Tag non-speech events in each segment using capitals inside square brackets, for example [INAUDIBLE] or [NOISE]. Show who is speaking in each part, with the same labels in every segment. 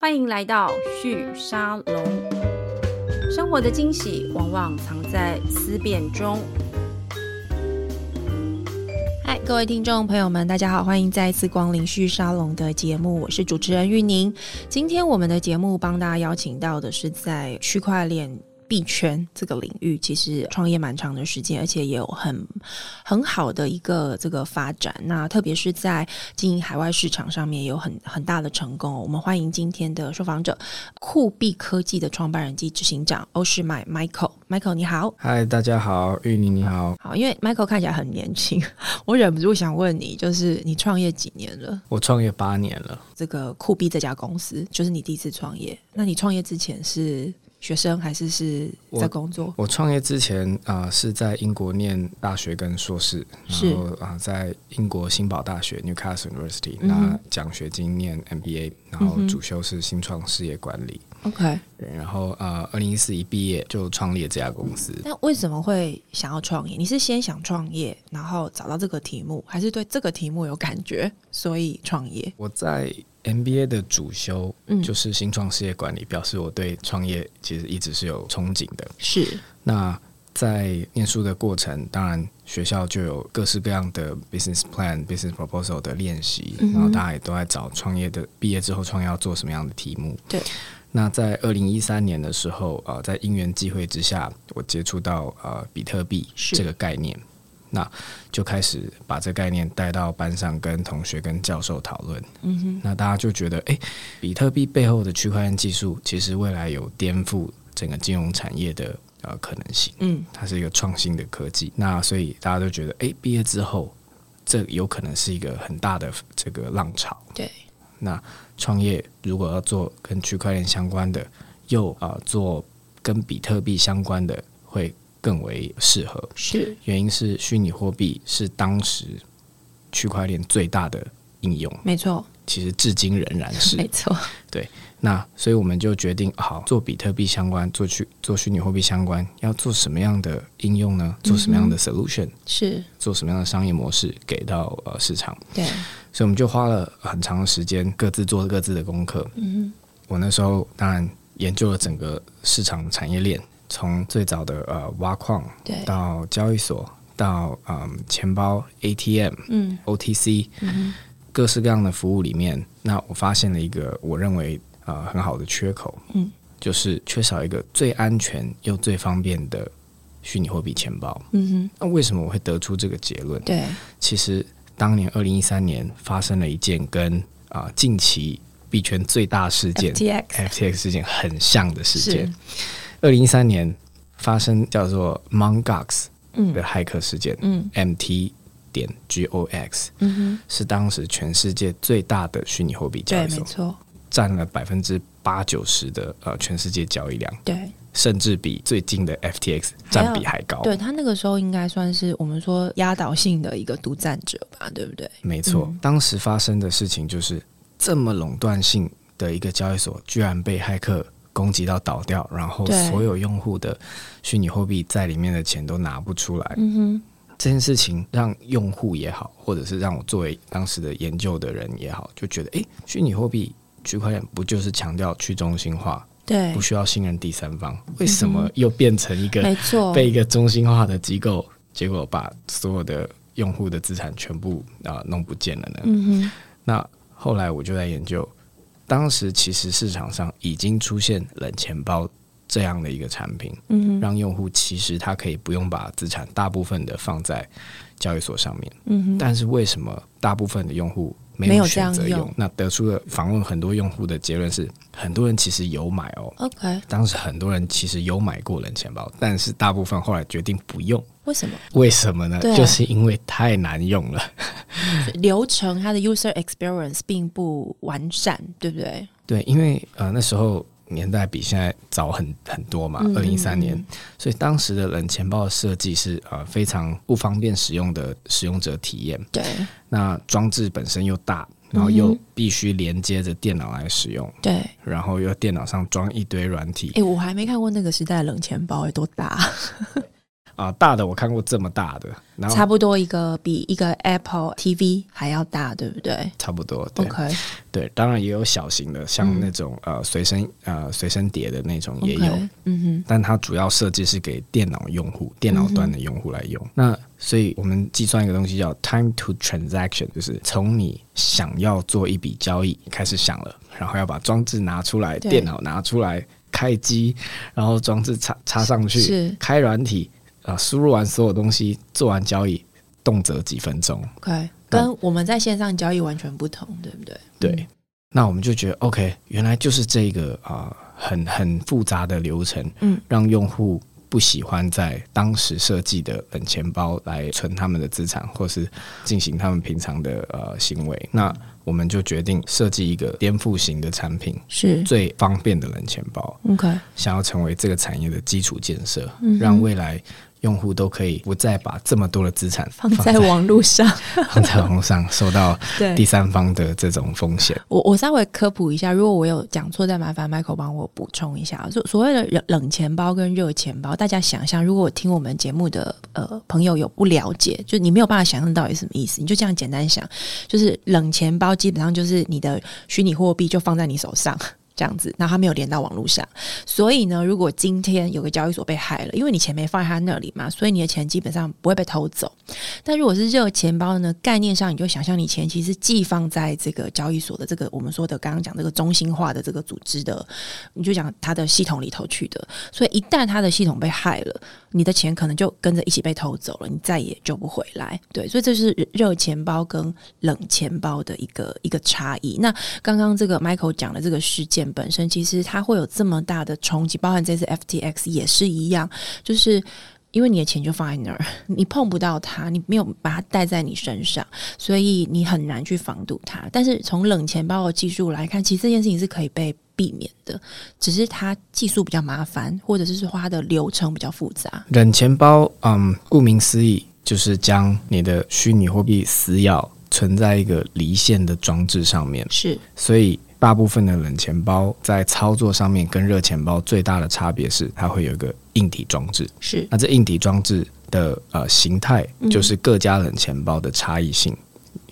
Speaker 1: 欢迎来到旭沙龙。生活的惊喜往往藏在思辨中。嗨，各位听众朋友们，大家好，欢迎再次光临旭沙龙的节目，我是主持人玉宁。今天我们的节目帮大家邀请到的是在区块链。币圈这个领域其实创业蛮长的时间，而且也有很很好的一个这个发展。那特别是在经营海外市场上面也有很很大的成功、哦。我们欢迎今天的受访者，酷币科技的创办人及执行长欧世迈 Michael。Michael 你好，
Speaker 2: 嗨，大家好，玉宁你好。
Speaker 1: 好，因为 Michael 看起来很年轻， [LAUGHS] 我忍不住想问你，就是你创业几年了？
Speaker 2: 我创业八年了，
Speaker 1: 这个酷币这家公司就是你第一次创业，那你创业之前是？学生还是是在工作？
Speaker 2: 我创业之前啊、呃，是在英国念大学跟硕士，然后啊、呃，在英国新堡大学 （Newcastle University） 拿奖学金念 MBA，、嗯、然后主修是新创事业管理。
Speaker 1: OK，
Speaker 2: 对，然后呃，二零一四一毕业就创立这家公司。
Speaker 1: 那为什么会想要创业？你是先想创业，然后找到这个题目，还是对这个题目有感觉，所以创业？
Speaker 2: 我在。MBA 的主修就是新创事业管理，嗯、表示我对创业其实一直是有憧憬的。
Speaker 1: 是
Speaker 2: 那在念书的过程，当然学校就有各式各样的 business plan、business proposal 的练习，嗯、然后大家也都在找创业的毕业之后创业要做什么样的题目。
Speaker 1: 对。
Speaker 2: 那在二零一三年的时候，呃，在因缘际会之下，我接触到呃比特币这个概念。那就开始把这概念带到班上，跟同学、跟教授讨论。
Speaker 1: 嗯哼，
Speaker 2: 那大家就觉得，哎、欸，比特币背后的区块链技术，其实未来有颠覆整个金融产业的呃可能性。
Speaker 1: 嗯，
Speaker 2: 它是一个创新的科技。那所以大家都觉得，哎、欸，毕业之后，这有可能是一个很大的这个浪潮。
Speaker 1: 对。
Speaker 2: 那创业如果要做跟区块链相关的，又啊、呃、做跟比特币相关的，会。更为适合，
Speaker 1: 是
Speaker 2: 原因是虚拟货币是当时区块链最大的应用，
Speaker 1: 没错。
Speaker 2: 其实至今仍然是
Speaker 1: 没错。
Speaker 2: 对，那所以我们就决定，好做比特币相关，做去做虚拟货币相关，要做什么样的应用呢？做什么样的 solution？、嗯、
Speaker 1: 是
Speaker 2: 做什么样的商业模式给到呃市场？
Speaker 1: 对，
Speaker 2: 所以我们就花了很长的时间，各自做各自的功课。
Speaker 1: 嗯，
Speaker 2: 我那时候当然研究了整个市场产业链。从最早的呃挖矿，到交易所，到嗯钱包 ATM，
Speaker 1: 嗯
Speaker 2: OTC，
Speaker 1: 嗯
Speaker 2: 各式各样的服务里面，那我发现了一个我认为呃很好的缺口，
Speaker 1: 嗯，
Speaker 2: 就是缺少一个最安全又最方便的虚拟货币钱包。
Speaker 1: 嗯哼，
Speaker 2: 那为什么我会得出这个结论？
Speaker 1: 对，
Speaker 2: 其实当年二零一三年发生了一件跟啊、呃、近期币圈最大事件
Speaker 1: FTX
Speaker 2: FTX 事件很像的事件。二零一三年发生叫做 Mongox 的骇客事件，
Speaker 1: 嗯
Speaker 2: ，MT 点 GOX，
Speaker 1: 嗯
Speaker 2: 是当时全世界最大的虚拟货币交易
Speaker 1: 所，没错，
Speaker 2: 占了百分之八九十的呃全世界交易量，
Speaker 1: 对，
Speaker 2: 甚至比最近的 FTX 占比还高。
Speaker 1: 对他那个时候应该算是我们说压倒性的一个独占者吧，对不对？
Speaker 2: 没错，嗯、当时发生的事情就是这么垄断性的一个交易所，居然被骇客。攻击到倒掉，然后所有用户的虚拟货币在里面的钱都拿不出来。
Speaker 1: 嗯
Speaker 2: 哼，这件事情让用户也好，或者是让我作为当时的研究的人也好，就觉得，哎，虚拟货币区块链不就是强调去中心化？
Speaker 1: 对，嗯
Speaker 2: 不需要信任第三方，为什么又变成一个
Speaker 1: 没错
Speaker 2: 被一个中心化的机构，结果把所有的用户的资产全部啊、呃、弄不见了呢？
Speaker 1: 嗯哼，
Speaker 2: 那后来我就在研究。当时其实市场上已经出现冷钱包这样的一个产品，
Speaker 1: 嗯，
Speaker 2: 让用户其实他可以不用把资产大部分的放在交易所上面，
Speaker 1: 嗯，
Speaker 2: 但是为什么大部分的用户
Speaker 1: 没
Speaker 2: 有选择
Speaker 1: 用？
Speaker 2: 用那得出的访问很多用户的结论是，很多人其实有买哦
Speaker 1: ，OK，
Speaker 2: 当时很多人其实有买过冷钱包，但是大部分后来决定不用。
Speaker 1: 为什么？
Speaker 2: 为什么呢？
Speaker 1: 对啊
Speaker 2: 就是因为太难用了，
Speaker 1: 流程它的 user experience 并不完善，对不对？
Speaker 2: 对，因为呃那时候年代比现在早很很多嘛，
Speaker 1: 嗯
Speaker 2: 二零一三年，所以当时的冷钱包的设计是呃非常不方便使用的使用者体验。
Speaker 1: 对，
Speaker 2: 那装置本身又大，然后
Speaker 1: 嗯
Speaker 2: 又必须连接着电脑来使用，
Speaker 1: 对，
Speaker 2: 然后又电脑上装一堆软体。
Speaker 1: 哎、我还没看过那个时代冷钱包有多大。
Speaker 2: 啊、大的我看过这么大的，然后
Speaker 1: 差不多一个比一个 Apple TV 还要大，对不对
Speaker 2: 差不多，对
Speaker 1: ？OK，嗯
Speaker 2: 对，当然也有小型的，像那种、呃随身呃随身碟的那种也有
Speaker 1: OK，嗯
Speaker 2: 但它主要设计是给电脑用户、电脑端的用户来用。
Speaker 1: 嗯
Speaker 2: 那所以我们计算一个东西叫 time to transaction，就是从你想要做一笔交易开始想了，然后要把装置拿出来，
Speaker 1: 对
Speaker 2: 电脑拿出来，开机，然后装置插插上去
Speaker 1: 是，
Speaker 2: 开软体，啊、输入完所有东西，做完交易，动辄几分钟。
Speaker 1: 哼，OK，跟我们在线上交易完全不同，对不对？
Speaker 2: 对，那我们就觉得 OK，原来就是这个啊、很很复杂的流程，
Speaker 1: 嗯，
Speaker 2: 让用户不喜欢在当时设计的冷钱包来存他们的资产，或是进行他们平常的呃行为。那我们就决定设计一个颠覆型的产品，
Speaker 1: 是
Speaker 2: 最方便的冷钱包，
Speaker 1: OK，
Speaker 2: 想要成为这个产业的基础建设，
Speaker 1: 嗯哼
Speaker 2: 让未来。用户都可以不再把这么多的资产
Speaker 1: 放在网络上，
Speaker 2: 放在网络上，受到
Speaker 1: 对
Speaker 2: 第三方的这种风险。
Speaker 1: 我我稍微科普一下，如果我有讲错，再麻烦 Michael 帮我补充一下。所所谓的冷冷钱包跟热钱包，大家想象，如果我听我们节目的呃朋友有不了解，就你没有办法想象到底什么意思，你就这样简单想，就是冷钱包基本上就是你的虚拟货币就放在你手上。 [LAUGHS] 这样子，那它没有连到网络上，所以呢，如果今天有个交易所被害了，因为你钱没放在他那里嘛，所以你的钱基本上不会被偷走。但如果是热钱包呢，概念上你就想象你前期是寄放在这个交易所的这个我们说的刚刚讲这个中心化的这个组织的，你就讲它的系统里头去的。所以一旦它的系统被害了，你的钱可能就跟着一起被偷走了，你再也救不回来。对，所以这是热钱包跟冷钱包的一个一个差异。那刚刚这个 Michael 讲的这个事件本身，其实它会有这么大的冲击，包含这次 FTX 也是一样，就是。因为你的钱就放在那儿， [LAUGHS] 你碰不到它，你没有把它带在你身上，所以你很难去防堵它。但是从冷钱包的技术来看，其实这件事情是可以被避免的，只是它技术比较麻烦，或者是说它的流程比较复杂。
Speaker 2: 冷钱包，嗯，顾名思义，就是将你的虚拟货币私钥存在一个离线的装置上面，
Speaker 1: 是
Speaker 2: 所以。大部分的冷钱包在操作上面跟热钱包最大的差别是，它会有一个硬体装置。
Speaker 1: 是
Speaker 2: 那这硬体装置的呃形态，就是各家冷钱包的差异性。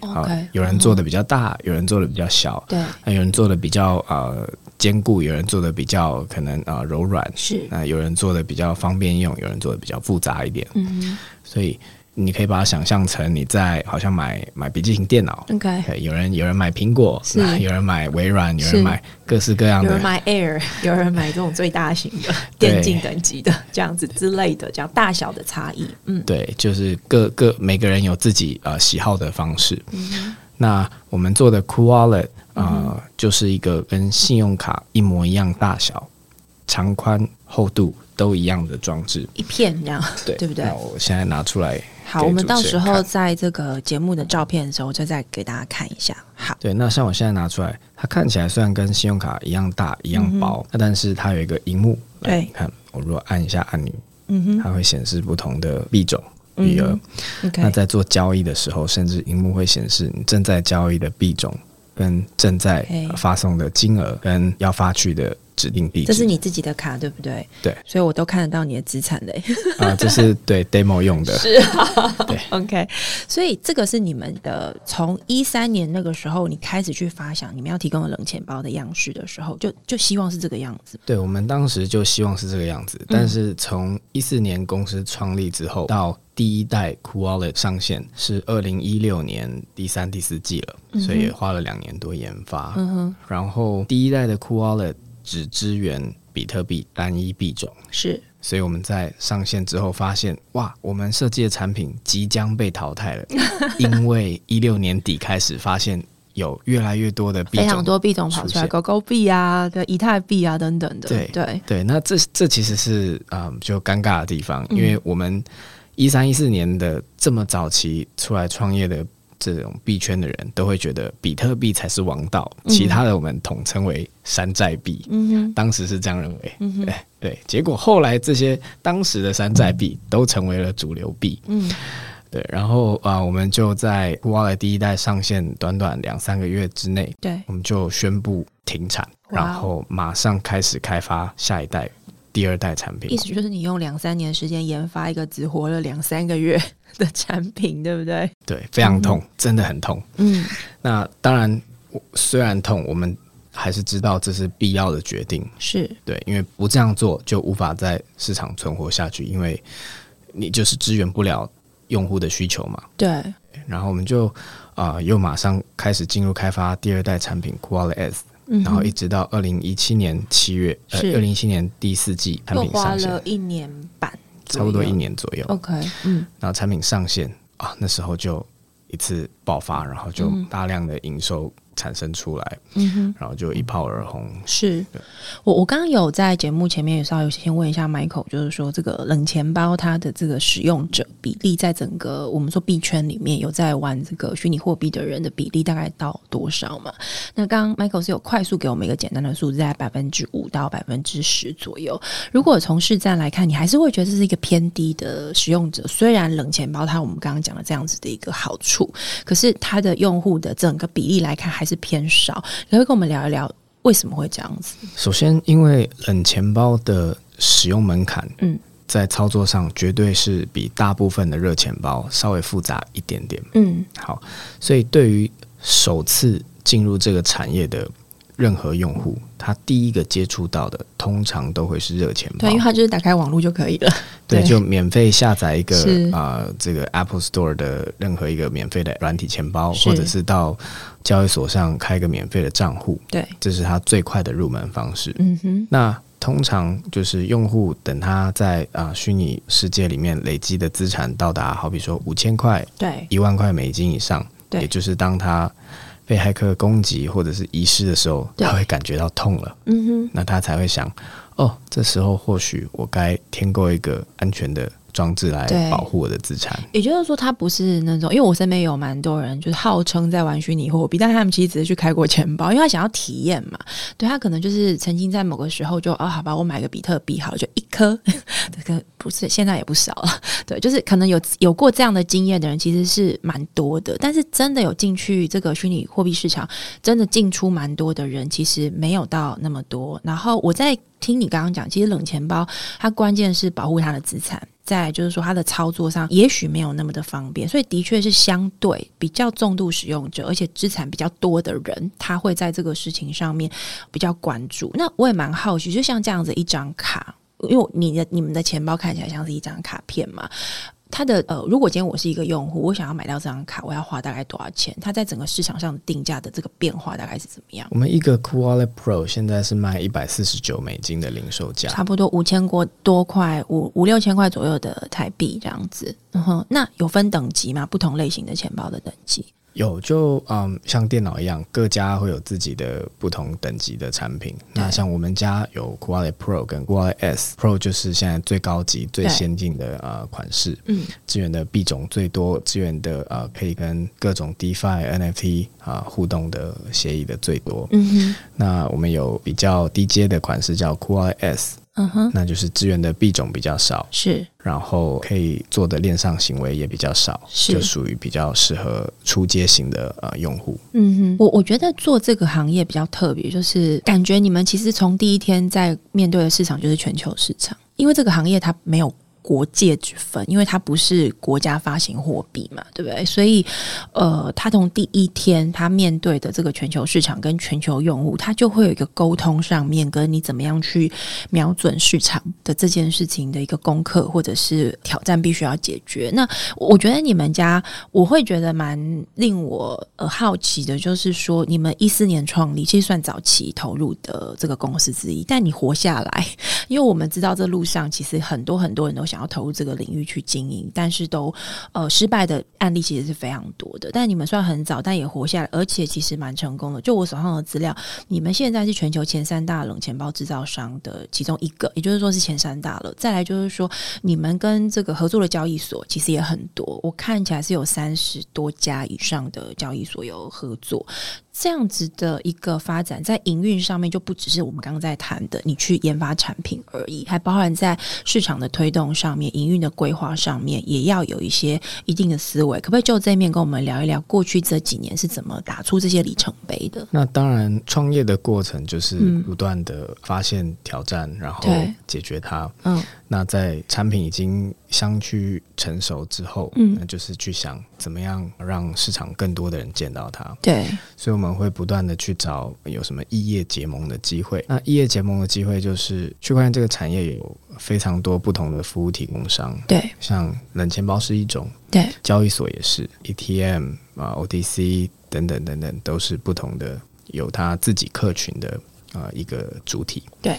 Speaker 2: 啊
Speaker 1: ，OK，
Speaker 2: 有人做的比较大，有人做的比较小，
Speaker 1: 对
Speaker 2: 那有人做的比较呃坚固，有人做的比较可能啊、呃柔软，
Speaker 1: 是，
Speaker 2: 那有人做的比较方便用，有人做的比较复杂一点，
Speaker 1: 嗯
Speaker 2: 所以你可以把它想象成你在好像买买笔记型电脑。
Speaker 1: ，OK，
Speaker 2: 对有人有人买苹果，
Speaker 1: 是
Speaker 2: 那有人买微软，有
Speaker 1: 是
Speaker 2: 人买各式各样
Speaker 1: 有人
Speaker 2: 的，
Speaker 1: 买 Air，有 [LAUGHS] 人买这种最大型的
Speaker 2: [LAUGHS] 对
Speaker 1: 电竞等级的这样子之类的，这样大小的差异，嗯，
Speaker 2: 对，就是各各每个人有自己呃喜好的方式。
Speaker 1: 嗯
Speaker 2: 那我们做的 Cool Wallet 啊、呃就是一个跟信用卡一模一样大小、长宽、厚度都一样的装置，
Speaker 1: 一片这样，
Speaker 2: 对
Speaker 1: 对不对
Speaker 2: 那我现在拿出来，
Speaker 1: 好，
Speaker 2: 给
Speaker 1: 我们
Speaker 2: 主
Speaker 1: 到
Speaker 2: 持人
Speaker 1: 时候
Speaker 2: 看
Speaker 1: 在这个节目的照片的时候，就再给大家看一下。好，
Speaker 2: 对，那像我现在拿出来，它看起来虽然跟信用卡一样大、一样薄，那但是它有一个荧幕来
Speaker 1: 嗯对
Speaker 2: 看。我如果按一下按钮，
Speaker 1: 嗯
Speaker 2: 它会显示不同的币种、余额。
Speaker 1: 哼
Speaker 2: 那
Speaker 1: ，OK，
Speaker 2: 在做交易的时候，甚至荧幕会显示你正在交易的币种、跟正在
Speaker 1: OK
Speaker 2: 呃发送的金额、跟要发去的指定地址。
Speaker 1: 这是你自己的卡对不对？
Speaker 2: 对
Speaker 1: 所以我都看得到你的 [LAUGHS] 资产嘞。
Speaker 2: 啊、这是
Speaker 1: [LAUGHS]
Speaker 2: 对 demo 用的。
Speaker 1: 是啊
Speaker 2: 对
Speaker 1: ，OK，所以这个是你们的从一三年那个时候，你开始去发想你们要提供的冷钱包的样式的时候，就就希望是这个样子。
Speaker 2: 对，我们当时就希望是这个样子，但
Speaker 1: 嗯
Speaker 2: 是从一四年公司创立之后到第一代 Cool Wallet 上线是二零一六年第三、第四季了，
Speaker 1: 嗯
Speaker 2: 所以也花了两年多研发。然后第一代的 Cool Wallet 只支援比特币单一币种，
Speaker 1: 是
Speaker 2: 所以我们在上线之后发现，哇，我们设计的产品即将被淘汰
Speaker 1: [LAUGHS]
Speaker 2: 了，因为一六年底开始发现有越来越多的币
Speaker 1: 非常
Speaker 2: 种
Speaker 1: 多币种跑出
Speaker 2: 出
Speaker 1: 来，
Speaker 2: 现
Speaker 1: 狗狗币啊，对，以太币啊等等的。
Speaker 2: 对
Speaker 1: 对，
Speaker 2: 对，那这这其实是啊、呃就尴尬的地方，
Speaker 1: 嗯
Speaker 2: 因为我们一三一四年的这么早期出来创业的这种币圈的人，都会觉得比特币才是王道，其他的我们统称为山寨币。
Speaker 1: 嗯哼，嗯
Speaker 2: 当时是这样认为，对 [LAUGHS] 对。结果后来这些当时的山寨币都成为了主流币，
Speaker 1: 嗯，
Speaker 2: 对。然后啊、呃我们就在 Wallet 第一代上线短短两三个月之内，
Speaker 1: 对
Speaker 2: 我们就宣布停产，
Speaker 1: 哇哦
Speaker 2: 然后马上开始开发下一代第二代产品
Speaker 1: 意。思就是你用两三年时间研发一个只活了两三个月的产品，对不对？
Speaker 2: 对，非常痛，真的很痛。
Speaker 1: 嗯，
Speaker 2: 那当然，我虽然痛，我们还是知道这是必要的决定。
Speaker 1: 是
Speaker 2: 对，因为不这样做就无法在市场存活下去，因为你就是支援不了用户的需求嘛。
Speaker 1: 对，
Speaker 2: 然后我们就啊、呃又马上开始进入开发第二代产品 Koala S，、
Speaker 1: 嗯哼
Speaker 2: 然后一直到二零一七年七月，呃，
Speaker 1: 是
Speaker 2: 二零一七年第四季产
Speaker 1: 又
Speaker 2: 品
Speaker 1: 花
Speaker 2: 上线
Speaker 1: 了，一年半，
Speaker 2: 差不多一。年左右。
Speaker 1: OK，嗯，
Speaker 2: 然后产品上线啊，那时候就一次爆发，然后就大量的营收产生出来，
Speaker 1: 嗯哼，
Speaker 2: 然后就一炮而红。
Speaker 1: 是我我刚刚有在节目前面也稍微先问一下 Michael，就是说这个冷钱包它的这个使用者比例，在整个我们说币圈里面有在玩这个虚拟货币的人的比例大概到多少嘛？那刚刚 Michael 是有快速给我们一个简单的数字，在百分之五到百分之十左右。如果从市占来看，你还是会觉得这是一个偏低的使用者。虽然冷钱包它我们刚刚讲的这样子的一个好处，可是它的用户的整个比例来看还是偏少。你会跟我们聊一聊为什么会这样子？
Speaker 2: 首先，因为冷钱包的使用门槛，
Speaker 1: 嗯，
Speaker 2: 在操作上绝对是比大部分的热钱包稍微复杂一点点。
Speaker 1: 嗯，
Speaker 2: 好，所以对于首次进入这个产业的任何用户，他第一个接触到的通常都会是热钱包
Speaker 1: 对，因为，它就是打开网络就可以了。
Speaker 2: 对，
Speaker 1: 对
Speaker 2: 就免费下载一个
Speaker 1: 是
Speaker 2: 啊、呃这个 Apple Store 的任何一个免费的软体钱包，
Speaker 1: 是
Speaker 2: 或者是到交易所上开一个免费的账户，
Speaker 1: 对，
Speaker 2: 这是他最快的入门方式。
Speaker 1: 嗯哼，
Speaker 2: 那通常就是用户等他在啊、呃虚拟世界里面累积的资产到达，好比说五千块、
Speaker 1: 对，
Speaker 2: 一万块美金以上，
Speaker 1: 对
Speaker 2: 也就是当他被骇客攻击或者是遗失的时候，
Speaker 1: 对
Speaker 2: 他会感觉到痛了，
Speaker 1: 嗯哼，
Speaker 2: 那他才会想，哦，这时候或许我该添购一个安全的装置来
Speaker 1: 对
Speaker 2: 保护我的资产。
Speaker 1: 也就是说，它不是那种，因为我身边有蛮多人就是号称在玩虚拟货币，但他们其实只是去开过钱包，因为他想要体验嘛。对他可能就是曾经在某个时候就啊，好吧，我买个比特币好了，就一颗， [LAUGHS] 这个不是现在也不少了。 [LAUGHS] 对，就是可能有有过这样的经验的人其实是蛮多的，但是真的有进去这个虚拟货币市场，真的进出蛮多的人其实没有到那么多。然后我在听你刚刚讲，其实冷钱包它关键是保护它的资产，再来就是说它的操作上也许没有那么的方便，所以的确是相对比较重度使用者，而且资产比较多的人，他会在这个事情上面比较关注。那我也蛮好奇，就像这样子一张卡，因为你的你们的钱包看起来像是一张卡片嘛。它的呃，如果今天我是一个用户，我想要买到这张卡，我要花大概多少钱？它在整个市场上定价的这个变化大概是怎么样？
Speaker 2: 我们一个 Cool Wallet Pro 现在是卖一百四十九美金的零售价，
Speaker 1: 差不多五千多多块，五五六千块左右的台币这样子。嗯哼，那有分等级吗？不同类型的钱包的等级？
Speaker 2: 有就嗯，像电脑一样，各家会有自己的不同等级的产品。那像我们家有 k u a l i Pro 跟 k u a l i S Pro，就是现在最高级、最先进的呃款式，
Speaker 1: 嗯，
Speaker 2: 支援的币种最多，支援的呃可以跟各种 DeFi、NFT 啊、互动的协议的最多。
Speaker 1: 嗯哼，
Speaker 2: 那我们有比较低阶的款式叫 k u a l i S，
Speaker 1: 嗯哼，
Speaker 2: 那就是支援的币种比较少，
Speaker 1: 是
Speaker 2: 然后可以做的链上行为也比较少，
Speaker 1: 是
Speaker 2: 就属于比较适合初阶型的呃用户。
Speaker 1: 嗯哼，我我觉得做这个行业比较特别，就是感觉你们其实从第一天在面对的市场就是全球市场，因为这个行业它没有。国界之分，因为它不是国家发行货币嘛，对不对？所以，呃，它从第一天它面对的这个全球市场跟全球用户，它就会有一个沟通上面跟你怎么样去瞄准市场的这件事情的一个功课或者是挑战，必须要解决。那我觉得你们家我会觉得蛮令我呃好奇的，就是说你们一四年创立，其实算早期投入呃的这个公司之一，但你活下来，因为我们知道这路上其实很多很多人都想要投入这个领域去经营，但是都呃失败的案例其实是非常多的。但你们算很早，但也活下来，而且其实蛮成功的。就我手上的资料，你们现在是全球前三大冷钱包制造商的其中一个，也就是说是前三大了。再来就是说，你们跟这个合作的交易所其实也很多，我看起来是有三十多家以上的交易所有合作。这样子的一个发展，在营运上面就不只是我们刚刚在谈的，你去研发产品而已，还包含在市场的推动上面、营运的规划上面，也要有一些一定的思维。可不可以就这一面跟我们聊一聊，过去这几年是怎么打出这些里程碑的？
Speaker 2: 那当然，创业的过程就是
Speaker 1: 嗯
Speaker 2: 不断的发现挑战，然后
Speaker 1: 对
Speaker 2: 解决它。
Speaker 1: 嗯，
Speaker 2: 那在产品已经相趋成熟之后，
Speaker 1: 嗯
Speaker 2: 那就是去想怎么样让市场更多的人见到它。
Speaker 1: 对，
Speaker 2: 所以我们会不断的去找有什么异业结盟的机会。那异业结盟的机会就是区块链这个产业有非常多不同的服务提供商，
Speaker 1: 对，
Speaker 2: 像冷钱包是一种，
Speaker 1: 对，
Speaker 2: 交易所也是，ATM 啊、OTC 等等等等，都是不同的有它自己客群的啊、呃一个主体。
Speaker 1: 对，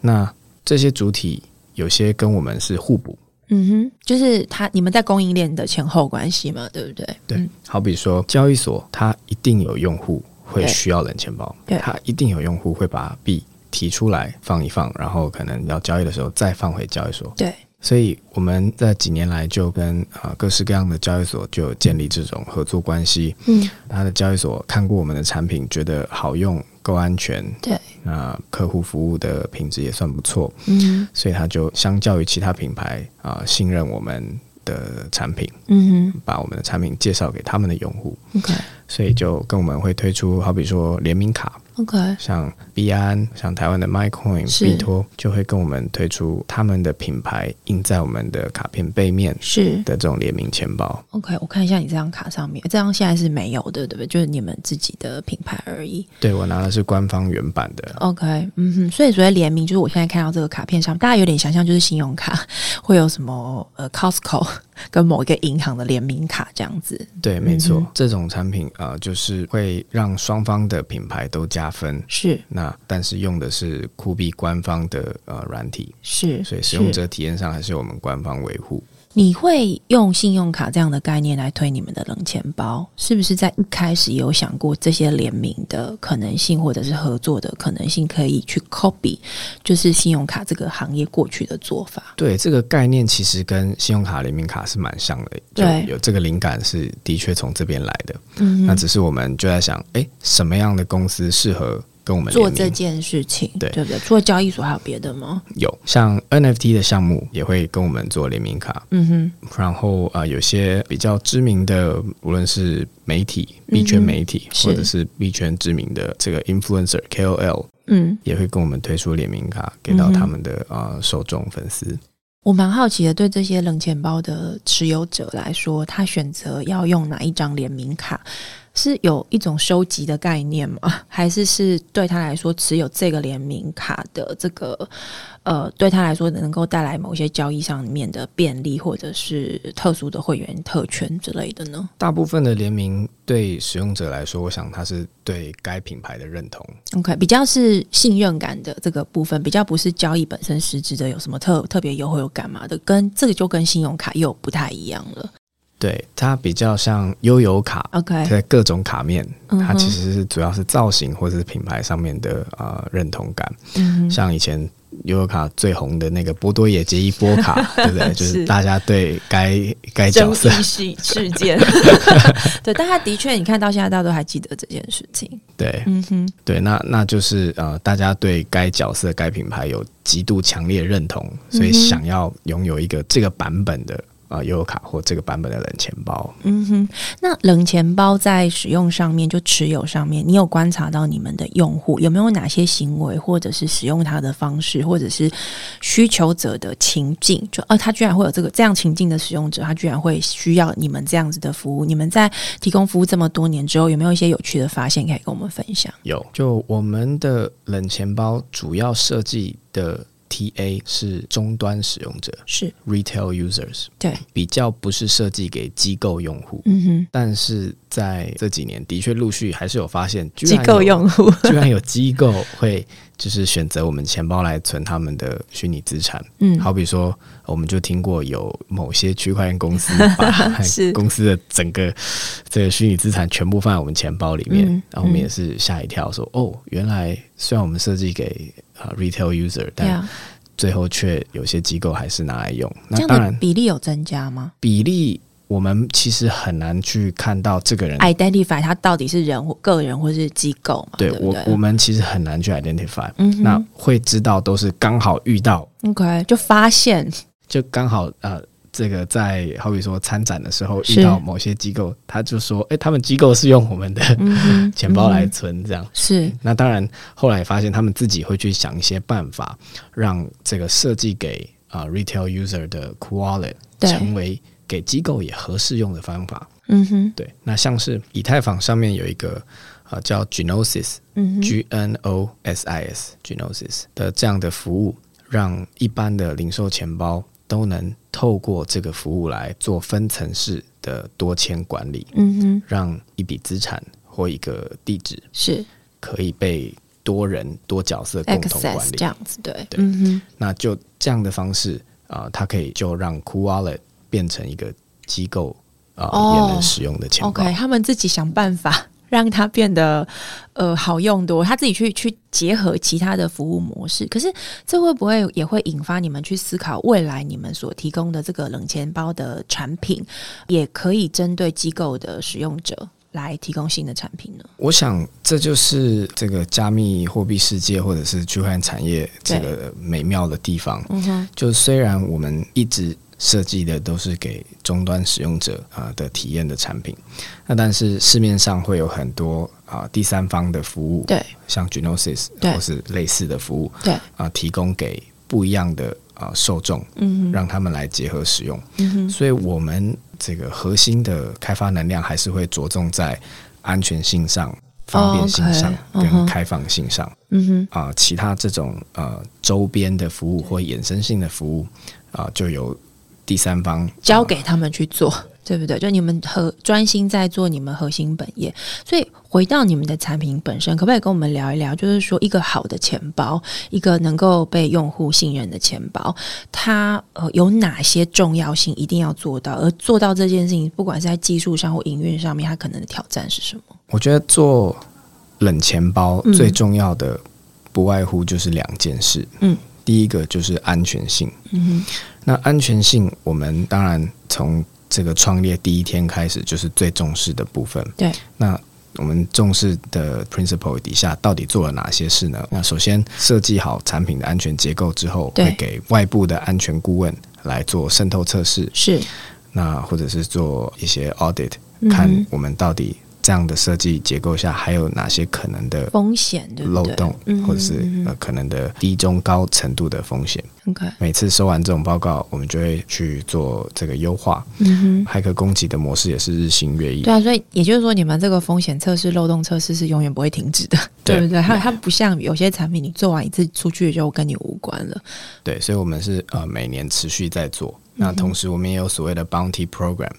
Speaker 2: 那这些主体有些跟我们是互补，
Speaker 1: 嗯哼，就是他你们在供应链的前后关系嘛，对不对？
Speaker 2: 对，
Speaker 1: 嗯
Speaker 2: 好比说交易所，它一定有用户会
Speaker 1: 对
Speaker 2: 需要冷钱包，
Speaker 1: 对
Speaker 2: 它一定有用户会把币提出来放一放，然后可能要交易的时候再放回交易所。
Speaker 1: 对，
Speaker 2: 所以我们在几年来就跟啊、呃各式各样的交易所就有建立这种合作关系。
Speaker 1: 嗯，
Speaker 2: 他的交易所看过我们的产品，觉得好用、够安全，
Speaker 1: 对，
Speaker 2: 那、客户服务的品质也算不错，
Speaker 1: 嗯
Speaker 2: 所以他就相较于其他品牌啊、呃信任我们的产品，
Speaker 1: 哼，嗯
Speaker 2: 把我们的产品介绍给他们的用户。
Speaker 1: 哼，OK。
Speaker 2: 所以就跟我们会推出，好比说联名卡，
Speaker 1: OK，
Speaker 2: 像币安、像台湾的 MyCoin、
Speaker 1: 是
Speaker 2: 币托，就会跟我们推出他们的品牌印在我们的卡片背面
Speaker 1: 是
Speaker 2: 的这种联名钱包。
Speaker 1: OK，我看一下你这张卡上面，这张现在是没有的，对不对？就是你们自己的品牌而已。
Speaker 2: 对我拿的是官方原版的，
Speaker 1: OK，嗯哼，所以所谓联名，就是我现在看到这个卡片上，大家有点想象就是信用卡会有什么呃 Costco 跟某一个银行的联名卡这样子。
Speaker 2: 对，没错，
Speaker 1: 嗯哼
Speaker 2: 这种产品啊、呃就是会让双方的品牌都加分。
Speaker 1: 是
Speaker 2: 那但是用的是酷币官方的呃软体，
Speaker 1: 是，
Speaker 2: 所以使用
Speaker 1: 是
Speaker 2: 者体验上还是由我们官方维护。
Speaker 1: 你会用信用卡这样的概念来推你们的冷钱包，是不是在一开始有想过这些联名的可能性，或者是合作的可能性，可以去 copy，就是信用卡这个行业过去的做法？
Speaker 2: 对这个概念，其实跟信用卡、联名卡是蛮像的，
Speaker 1: 对
Speaker 2: 就有这个灵感是的确从这边来的。
Speaker 1: 嗯
Speaker 2: 那
Speaker 1: 哼，
Speaker 2: 只是我们就在想，哎、什么样的公司适合跟我们
Speaker 1: 做
Speaker 2: 联
Speaker 1: 这
Speaker 2: 名？
Speaker 1: 件事情，
Speaker 2: 对
Speaker 1: 对不对？除了交易所，还有别的吗？
Speaker 2: 有像 NFT 的项目也会跟我们做联名卡，
Speaker 1: 嗯哼，
Speaker 2: 然后啊、呃有些比较知名的，无论是媒体、
Speaker 1: 嗯
Speaker 2: 币圈媒体，
Speaker 1: 是
Speaker 2: 或者是币圈知名的这个 influencer KOL，
Speaker 1: 嗯，
Speaker 2: 也会跟我们推出联名卡，给到
Speaker 1: 嗯哼
Speaker 2: 他们的啊、呃受众粉丝。
Speaker 1: 我蛮好奇的，对这些冷钱包的持有者来说，他选择要用哪一张联名卡，是有一种收集的概念吗？ [LAUGHS] 还是是对他来说，持有这个联名卡的这个呃，对他来说能够带来某些交易上面的便利，或者是特殊的会员特权之类的呢？
Speaker 2: 大部分的联名对使用者来说，我想他是对该品牌的认同。
Speaker 1: OK，比较是信任感的这个部分，比较不是交易本身实质的有什么特特别优惠或干嘛的，跟这个就跟信用卡又不太一样了。
Speaker 2: 对，它比较像悠游卡，
Speaker 1: OK，
Speaker 2: 在各种卡面，
Speaker 1: 哦嗯
Speaker 2: 它
Speaker 1: 哼
Speaker 2: 其实是主要是造型或者是品牌上面的呃认同感。
Speaker 1: 嗯哼
Speaker 2: 像以前悠游卡最红的那个波多野结衣波
Speaker 1: [LAUGHS]
Speaker 2: 卡，对不对？就是是大家对该该
Speaker 1: 争
Speaker 2: 角
Speaker 1: 议
Speaker 2: 色，
Speaker 1: 事事
Speaker 2: [LAUGHS]
Speaker 1: 件。对，但他的确，你看到现在，大家都还记得这件事情。
Speaker 2: 对
Speaker 1: 嗯哼，
Speaker 2: 对，那那就是呃，大家对该角色、该品牌有极度强烈的认同，所以
Speaker 1: 嗯哼
Speaker 2: 想要拥有一个这个版本的呃悠游卡或这个版本的冷钱包。
Speaker 1: 嗯哼。那冷钱包在使用上面，就持有上面，你有观察到你们的用户有没有哪些行为，或者是使用它的方式，或者是需求者的情境？就哦，他居然会有这个这样情境的使用者，他居然会需要你们这样子的服务。你们在提供服务这么多年之后，有没有一些有趣的发现可以跟我们分享？
Speaker 2: 有，就我们的冷钱包主要设计的 TA 是终端使用者
Speaker 1: 是
Speaker 2: （retail users），
Speaker 1: 对，
Speaker 2: 比较不是设计给机构用户。
Speaker 1: 嗯哼，
Speaker 2: 但是在这几年，的确陆续还是有发现，居
Speaker 1: 机
Speaker 2: 然有
Speaker 1: 构用户，
Speaker 2: [LAUGHS] 居然有机构会就是选择我们钱包来存他们的虚拟资产。
Speaker 1: 嗯，
Speaker 2: 好比说，我们就听过有某些区块链公司把
Speaker 1: [LAUGHS] 是
Speaker 2: 公司的整个这个虚拟资产全部放在我们钱包里面，
Speaker 1: 嗯
Speaker 2: 然后我们
Speaker 1: 嗯
Speaker 2: 也是吓一跳说，哦，原来虽然我们设计给啊、呃 retail user，
Speaker 1: 对
Speaker 2: 但
Speaker 1: 啊。
Speaker 2: 最后却有些机构还是拿来用。
Speaker 1: 这
Speaker 2: 那
Speaker 1: 样
Speaker 2: 当
Speaker 1: 的
Speaker 2: 然，
Speaker 1: 比例有增加吗
Speaker 2: 比例我们其实很难去看到这个人。
Speaker 1: ？Identify 它到底是人或个人或是机构嘛？
Speaker 2: 对
Speaker 1: 对不
Speaker 2: 我
Speaker 1: 对，
Speaker 2: 我们其实很难去 identify，、
Speaker 1: 嗯哼
Speaker 2: 那会知道都是刚好遇到
Speaker 1: ，OK 就发现
Speaker 2: 就刚好呃，这个在好比说参展的时候遇到
Speaker 1: 是
Speaker 2: 某些机构，他就说，哎、他们机构是用我们的
Speaker 1: 嗯哼
Speaker 2: [LAUGHS] 钱包来
Speaker 1: 嗯哼
Speaker 2: 存这样。
Speaker 1: 是
Speaker 2: 那当然，后来发现他们自己会去想一些办法，让这个设计给啊、呃 retail user 的 cool wallet
Speaker 1: 对
Speaker 2: 成为给机构也合适用的方法。
Speaker 1: 嗯哼
Speaker 2: 对，那像是以太坊上面有一个呃叫 Genosis
Speaker 1: 嗯哼
Speaker 2: G N O S I S Genosis 的这样的服务，让一般的零售钱包都能透过这个服务来做分层式的多签管理，
Speaker 1: 嗯哼
Speaker 2: 让一笔资产或一个地址
Speaker 1: 是
Speaker 2: 可以被多人多角色共同管
Speaker 1: access
Speaker 2: 理
Speaker 1: 这。样子对
Speaker 2: 对
Speaker 1: 嗯哼
Speaker 2: 那就这样的方式啊、呃它可以就让 Cool Wallet 变成一个机构啊、呃
Speaker 1: 哦
Speaker 2: 也能使用的钱包。
Speaker 1: OK，他们自己想办法让它变得呃好用多，他自己去去结合其他的服务模式。可是这会不会也会引发你们去思考未来你们所提供的这个冷钱包的产品，也可以针对机构的使用者来提供新的产品呢？
Speaker 2: 我想这就是这个加密货币世界或者是区块链产业这个美妙的地方。
Speaker 1: 嗯哼，
Speaker 2: 就虽然我们一直设计的都是给终端使用者啊、呃的体验的产品，那但是市面上会有很多啊、第三方的服务，
Speaker 1: 对
Speaker 2: 像 Genosis
Speaker 1: 对
Speaker 2: 或是类似的服务
Speaker 1: 对，
Speaker 2: 啊、提供给不一样的啊、受众，
Speaker 1: 嗯哼，
Speaker 2: 让他们来结合使用。
Speaker 1: 嗯哼，
Speaker 2: 所以我们这个核心的开发能量还是会着重在安全性上、方便性上
Speaker 1: OK，嗯哼
Speaker 2: 跟开放性上
Speaker 1: 嗯哼，
Speaker 2: 啊、其他这种呃周边的服务或衍生性的服务啊、就由第三方
Speaker 1: 交给他们去做，对不对？就你们核专心在做你们核心本业，所以回到你们的产品本身，可不可以跟我们聊一聊？就是说，一个好的钱包，一个能够被用户信任的钱包，它呃有哪些重要性一定要做到？而做到这件事情，不管是在技术上或营运上面，它可能的挑战是什么？
Speaker 2: 我觉得做冷钱包
Speaker 1: 嗯
Speaker 2: 最重要的不外乎就是两件事。
Speaker 1: 嗯，
Speaker 2: 第一个就是安全性。
Speaker 1: 嗯
Speaker 2: 那安全性，我们当然从这个创业第一天开始就是最重视的部分。
Speaker 1: 对，
Speaker 2: 那我们重视的 principle 底下到底做了哪些事呢？那首先设计好产品的安全结构之后，
Speaker 1: 对
Speaker 2: 会给外部的安全顾问来做渗透测试，
Speaker 1: 是，
Speaker 2: 那或者是做一些 audit，
Speaker 1: 嗯哼
Speaker 2: 看我们到底这样的设计结构下还有哪些可能的
Speaker 1: 风险对不对？
Speaker 2: 漏洞，
Speaker 1: 嗯
Speaker 2: 或者是
Speaker 1: 嗯
Speaker 2: 呃可能的低、中、高程度的风险。
Speaker 1: OK，
Speaker 2: 每次收完这种报告，我们就会去做这个优化。
Speaker 1: 嗯哼。
Speaker 2: 骇客攻击的模式也是日新月异
Speaker 1: 对，啊，所以也就是说，你们这个风险测试、漏洞测试是永远不会停
Speaker 2: [LAUGHS]
Speaker 1: 止的，对
Speaker 2: 对
Speaker 1: 不对？它它不像有些产品，你做完一次出去就跟你无关了。
Speaker 2: 对，所以我们是呃每年持续在做。
Speaker 1: 嗯
Speaker 2: 那同时我们也有所谓的 bounty program，、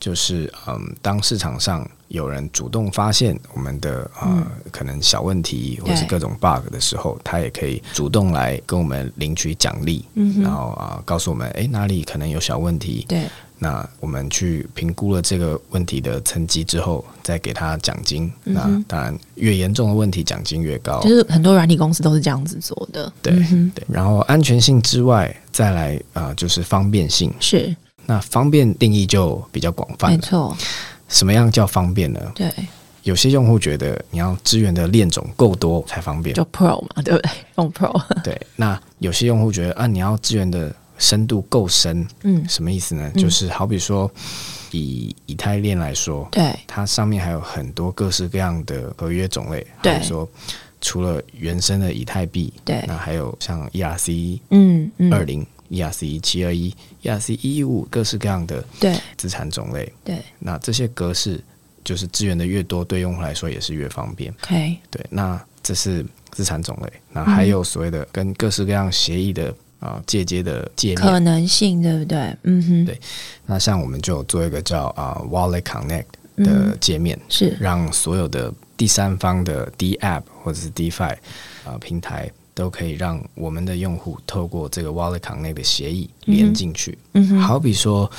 Speaker 2: 就是嗯，当市场上有人主动发现我们的呃、可能小问题或是
Speaker 1: 嗯对
Speaker 2: 各种 bug 的时候，他也可以主动来跟我们领取奖励，
Speaker 1: 嗯
Speaker 2: 然后啊、告诉我们诶哪里可能有小问题，
Speaker 1: 对，
Speaker 2: 那我们去评估了这个问题的层级之后，再给他奖金。那当然，越严重的问题奖金越高。
Speaker 1: 嗯就是很多软体公司都是这样子做的。嗯
Speaker 2: 对、对。然后安全性之外，再来啊、呃就是方便性。
Speaker 1: 是，
Speaker 2: 那方便定义就比较广泛
Speaker 1: 没
Speaker 2: 了。
Speaker 1: 错，
Speaker 2: 什么样叫方便呢？
Speaker 1: 对，
Speaker 2: 有些用户觉得你要支援的链种够多才方便
Speaker 1: 就，Pro 嘛，对不对？用 Pro， [LAUGHS]
Speaker 2: 对。那有些用户觉得啊，你要支援的深度够深，
Speaker 1: 嗯，
Speaker 2: 什么意思呢？就是好比说以以太链来说，
Speaker 1: 对，
Speaker 2: 它上面还有很多各式各样的合约种类，比
Speaker 1: 对
Speaker 2: 如说除了原生的以太币，
Speaker 1: 对
Speaker 2: 那还有像 ERC
Speaker 1: 嗯嗯，
Speaker 2: 二零、ERC 七二一、ERC 一五各式各样的
Speaker 1: 对
Speaker 2: 资产种类。
Speaker 1: 对
Speaker 2: 那这些格式就是资源的越多，对用户来说也是越方便。
Speaker 1: ，OK，
Speaker 2: 对，那这是资产种类，那还有所谓的跟各式各样协议的啊、借接的界面
Speaker 1: 可。能性对不对？嗯哼，
Speaker 2: 对那像我们就有做一个叫啊、Wallet Connect
Speaker 1: 嗯
Speaker 2: 的界面，
Speaker 1: 是，
Speaker 2: 让所有的第三方的 D App 或者是 DeFi 啊平台都可以让我们的用户透过这个 Wallet Connect 的协议连进去。
Speaker 1: 嗯哼，
Speaker 2: 好比说，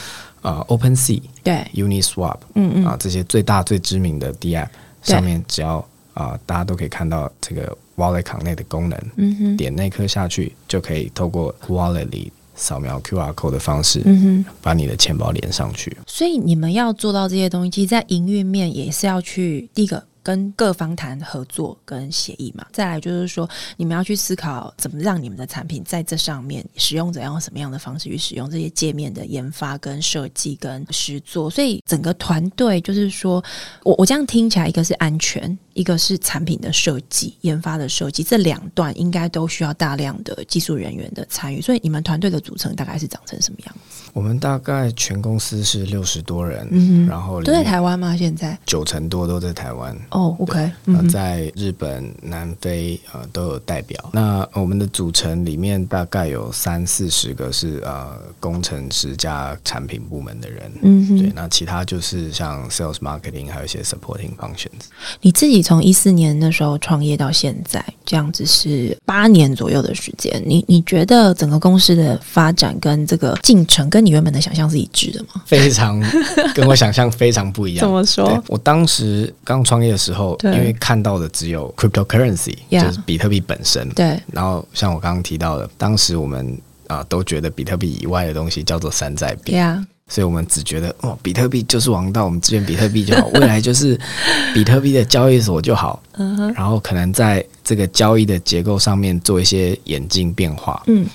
Speaker 2: 呃，OpenSea、
Speaker 1: 对，
Speaker 2: Uniswap
Speaker 1: 嗯嗯，
Speaker 2: 啊这些最大最知名的 D App
Speaker 1: 对
Speaker 2: 上面，只要啊、大家都可以看到这个 Wallet Connect 的功能，
Speaker 1: 嗯哼，
Speaker 2: 点那颗下去就可以透过 Wallet 里扫描 QR code 的方式，
Speaker 1: 嗯哼。
Speaker 2: 把你的钱包连上去。
Speaker 1: 所以你们要做到这些东西，其实在营运面也是要去第一个跟各方谈合作跟协议嘛。再来就是说，你们要去思考怎么让你们的产品在这上面，使用者要用什么样的方式去使用这些界面的研发跟设计跟实作。所以整个团队就是说，我我这样听起来，一个是安全，一个是产品的设计、研发的设计，这两段应该都需要大量的技术人员的参与。所以你们团队的组成大概是长成什么样子？
Speaker 2: 我们大概全公司是六十多人，
Speaker 1: 嗯哼
Speaker 2: 然后里
Speaker 1: 都在
Speaker 2: 面
Speaker 1: 台湾吗？现在？
Speaker 2: 九成多都在台湾。
Speaker 1: 哦，OK，嗯
Speaker 2: 呃，
Speaker 1: 哼，
Speaker 2: 在日本、南非呃都有代表。那我们的组成里面大概有三四十个是呃工程师加产品部门的人，
Speaker 1: 嗯哼
Speaker 2: 对，那其他就是像 sales、marketing，还有一些 supporting functions。
Speaker 1: 你自己从一四年那时候创业到现在，这样子是八年左右的时间。你你觉得整个公司的发展跟这个进程，跟你原本的想象是一致的吗？
Speaker 2: 非常跟我想象非常
Speaker 1: [LAUGHS]
Speaker 2: 不一样。
Speaker 1: 么
Speaker 2: 对？我当时刚创业的时候，
Speaker 1: 对
Speaker 2: 因为看到的只有 cryptocurrency，
Speaker 1: Yeah
Speaker 2: 就是比特币本身。
Speaker 1: 对，
Speaker 2: 然后像我刚刚提到的，当时我们啊、都觉得比特币以外的东西叫做山寨币
Speaker 1: 对，啊呀，
Speaker 2: 所以我们只觉得哦，比特币就是王道，我们支援比特币就好，未来就是比特币的交易所就好，
Speaker 1: 嗯哼，
Speaker 2: 然后可能在这个交易的结构上面做一些演进变化。
Speaker 1: 嗯，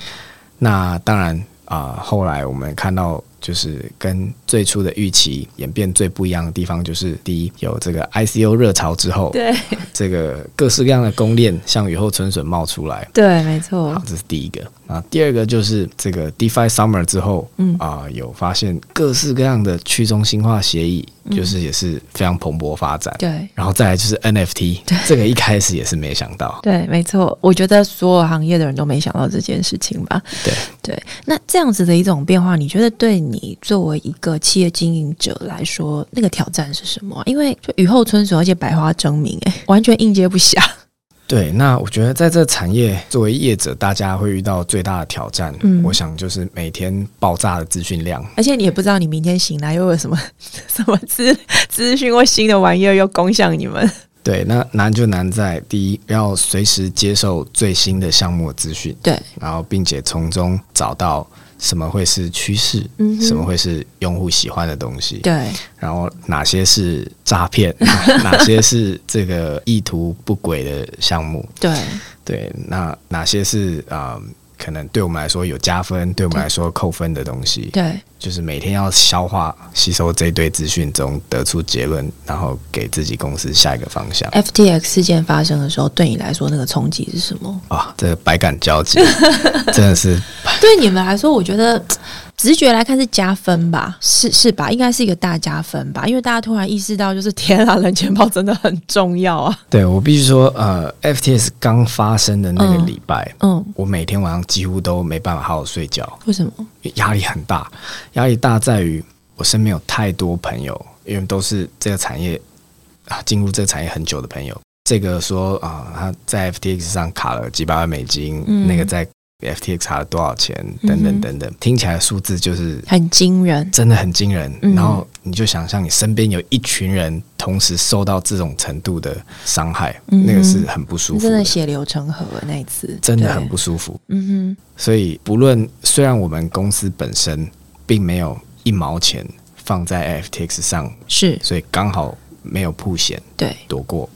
Speaker 2: 那当然啊、后来我们看到就是跟最初的预期演变最不一样的地方，就是第一有这个 ICO 热潮之后，
Speaker 1: 对
Speaker 2: 这个各式各样的公链像雨后春笋冒出来。
Speaker 1: 对，没错
Speaker 2: 好，，这是第一个啊。第二个就是这个 DeFi Summer 之后，
Speaker 1: 嗯
Speaker 2: 啊、有发现各式各样的去中心化协议，就是也是非常蓬勃发展。
Speaker 1: 嗯对。
Speaker 2: 然后再来就是 NFT，这个一开始也是没想到，
Speaker 1: 对，没错，我觉得所有行业的人都没想到这件事情吧。
Speaker 2: 对
Speaker 1: 对，那这样子的一种变化，你觉得对你作为一个企业经营者来说，那个挑战是什么啊？因为就雨后春笋，而且百花争鸣，哎，完全应接不暇。 [LAUGHS]
Speaker 2: 对。那我觉得在这产业作为业者，大家会遇到最大的挑战，
Speaker 1: 嗯
Speaker 2: 我想就是每天爆炸的资讯量，
Speaker 1: 而且你也不知道你明天醒来又有什么 [LAUGHS] 什么资资讯或新的玩意儿又攻向你们。
Speaker 2: 对，那难就难在第一，要随时接受最新的项目资讯，
Speaker 1: 对，
Speaker 2: 然后并且从中找到什么会是趋势，
Speaker 1: 嗯哼
Speaker 2: 什么会是用户喜欢的东西，
Speaker 1: 对，
Speaker 2: 然后哪些是
Speaker 1: [LAUGHS]
Speaker 2: 诈骗，哪些是这个意图不轨的项目，
Speaker 1: 对，
Speaker 2: 对，那哪些是啊、呃可能对我们来说有加分，对我们来说扣分的东西，
Speaker 1: 对，
Speaker 2: 就是每天要消化吸收这一堆资讯中得出结论，然后给自己公司下一个方向。
Speaker 1: 哎 FTX 事件发生的时候，对你来说那个冲击是什么？
Speaker 2: 啊，这百感交集，真的是
Speaker 1: [LAUGHS] 对你们来说，我觉得直觉来看是加分吧，是是吧？应该是一个大加分吧，因为大家突然意识到，就是天啊，冷钱包真的很重要啊。
Speaker 2: 对我必须说，呃，FTS 刚发生的那个礼拜，
Speaker 1: 嗯，
Speaker 2: 我每天晚上几乎都没办法好好睡觉，
Speaker 1: 为什么？
Speaker 2: 压力很大。压力大在于我身边有太多朋友，因为都是这个产业啊进入这个产业很久的朋友。这个说啊、他在 FTX 上卡了几百万美金，
Speaker 1: 嗯
Speaker 2: 那个在 FTX 卡了多少钱，
Speaker 1: 哼
Speaker 2: 等等等等，听起来数字就是
Speaker 1: 很惊人。
Speaker 2: 真的很惊人。
Speaker 1: 嗯
Speaker 2: 然后你就想象你身边有一群人同时受到这种程度的伤害，
Speaker 1: 嗯哼
Speaker 2: 那个是很不舒服
Speaker 1: 真
Speaker 2: 的，
Speaker 1: 的血流成河那一次，
Speaker 2: 真的
Speaker 1: 对
Speaker 2: 很不舒服。
Speaker 1: 嗯
Speaker 2: 所以不论虽然我们公司本身并没有一毛钱放在 FTX 上
Speaker 1: 哼，，是
Speaker 2: 所以刚好没有破险
Speaker 1: 对，
Speaker 2: 躲过，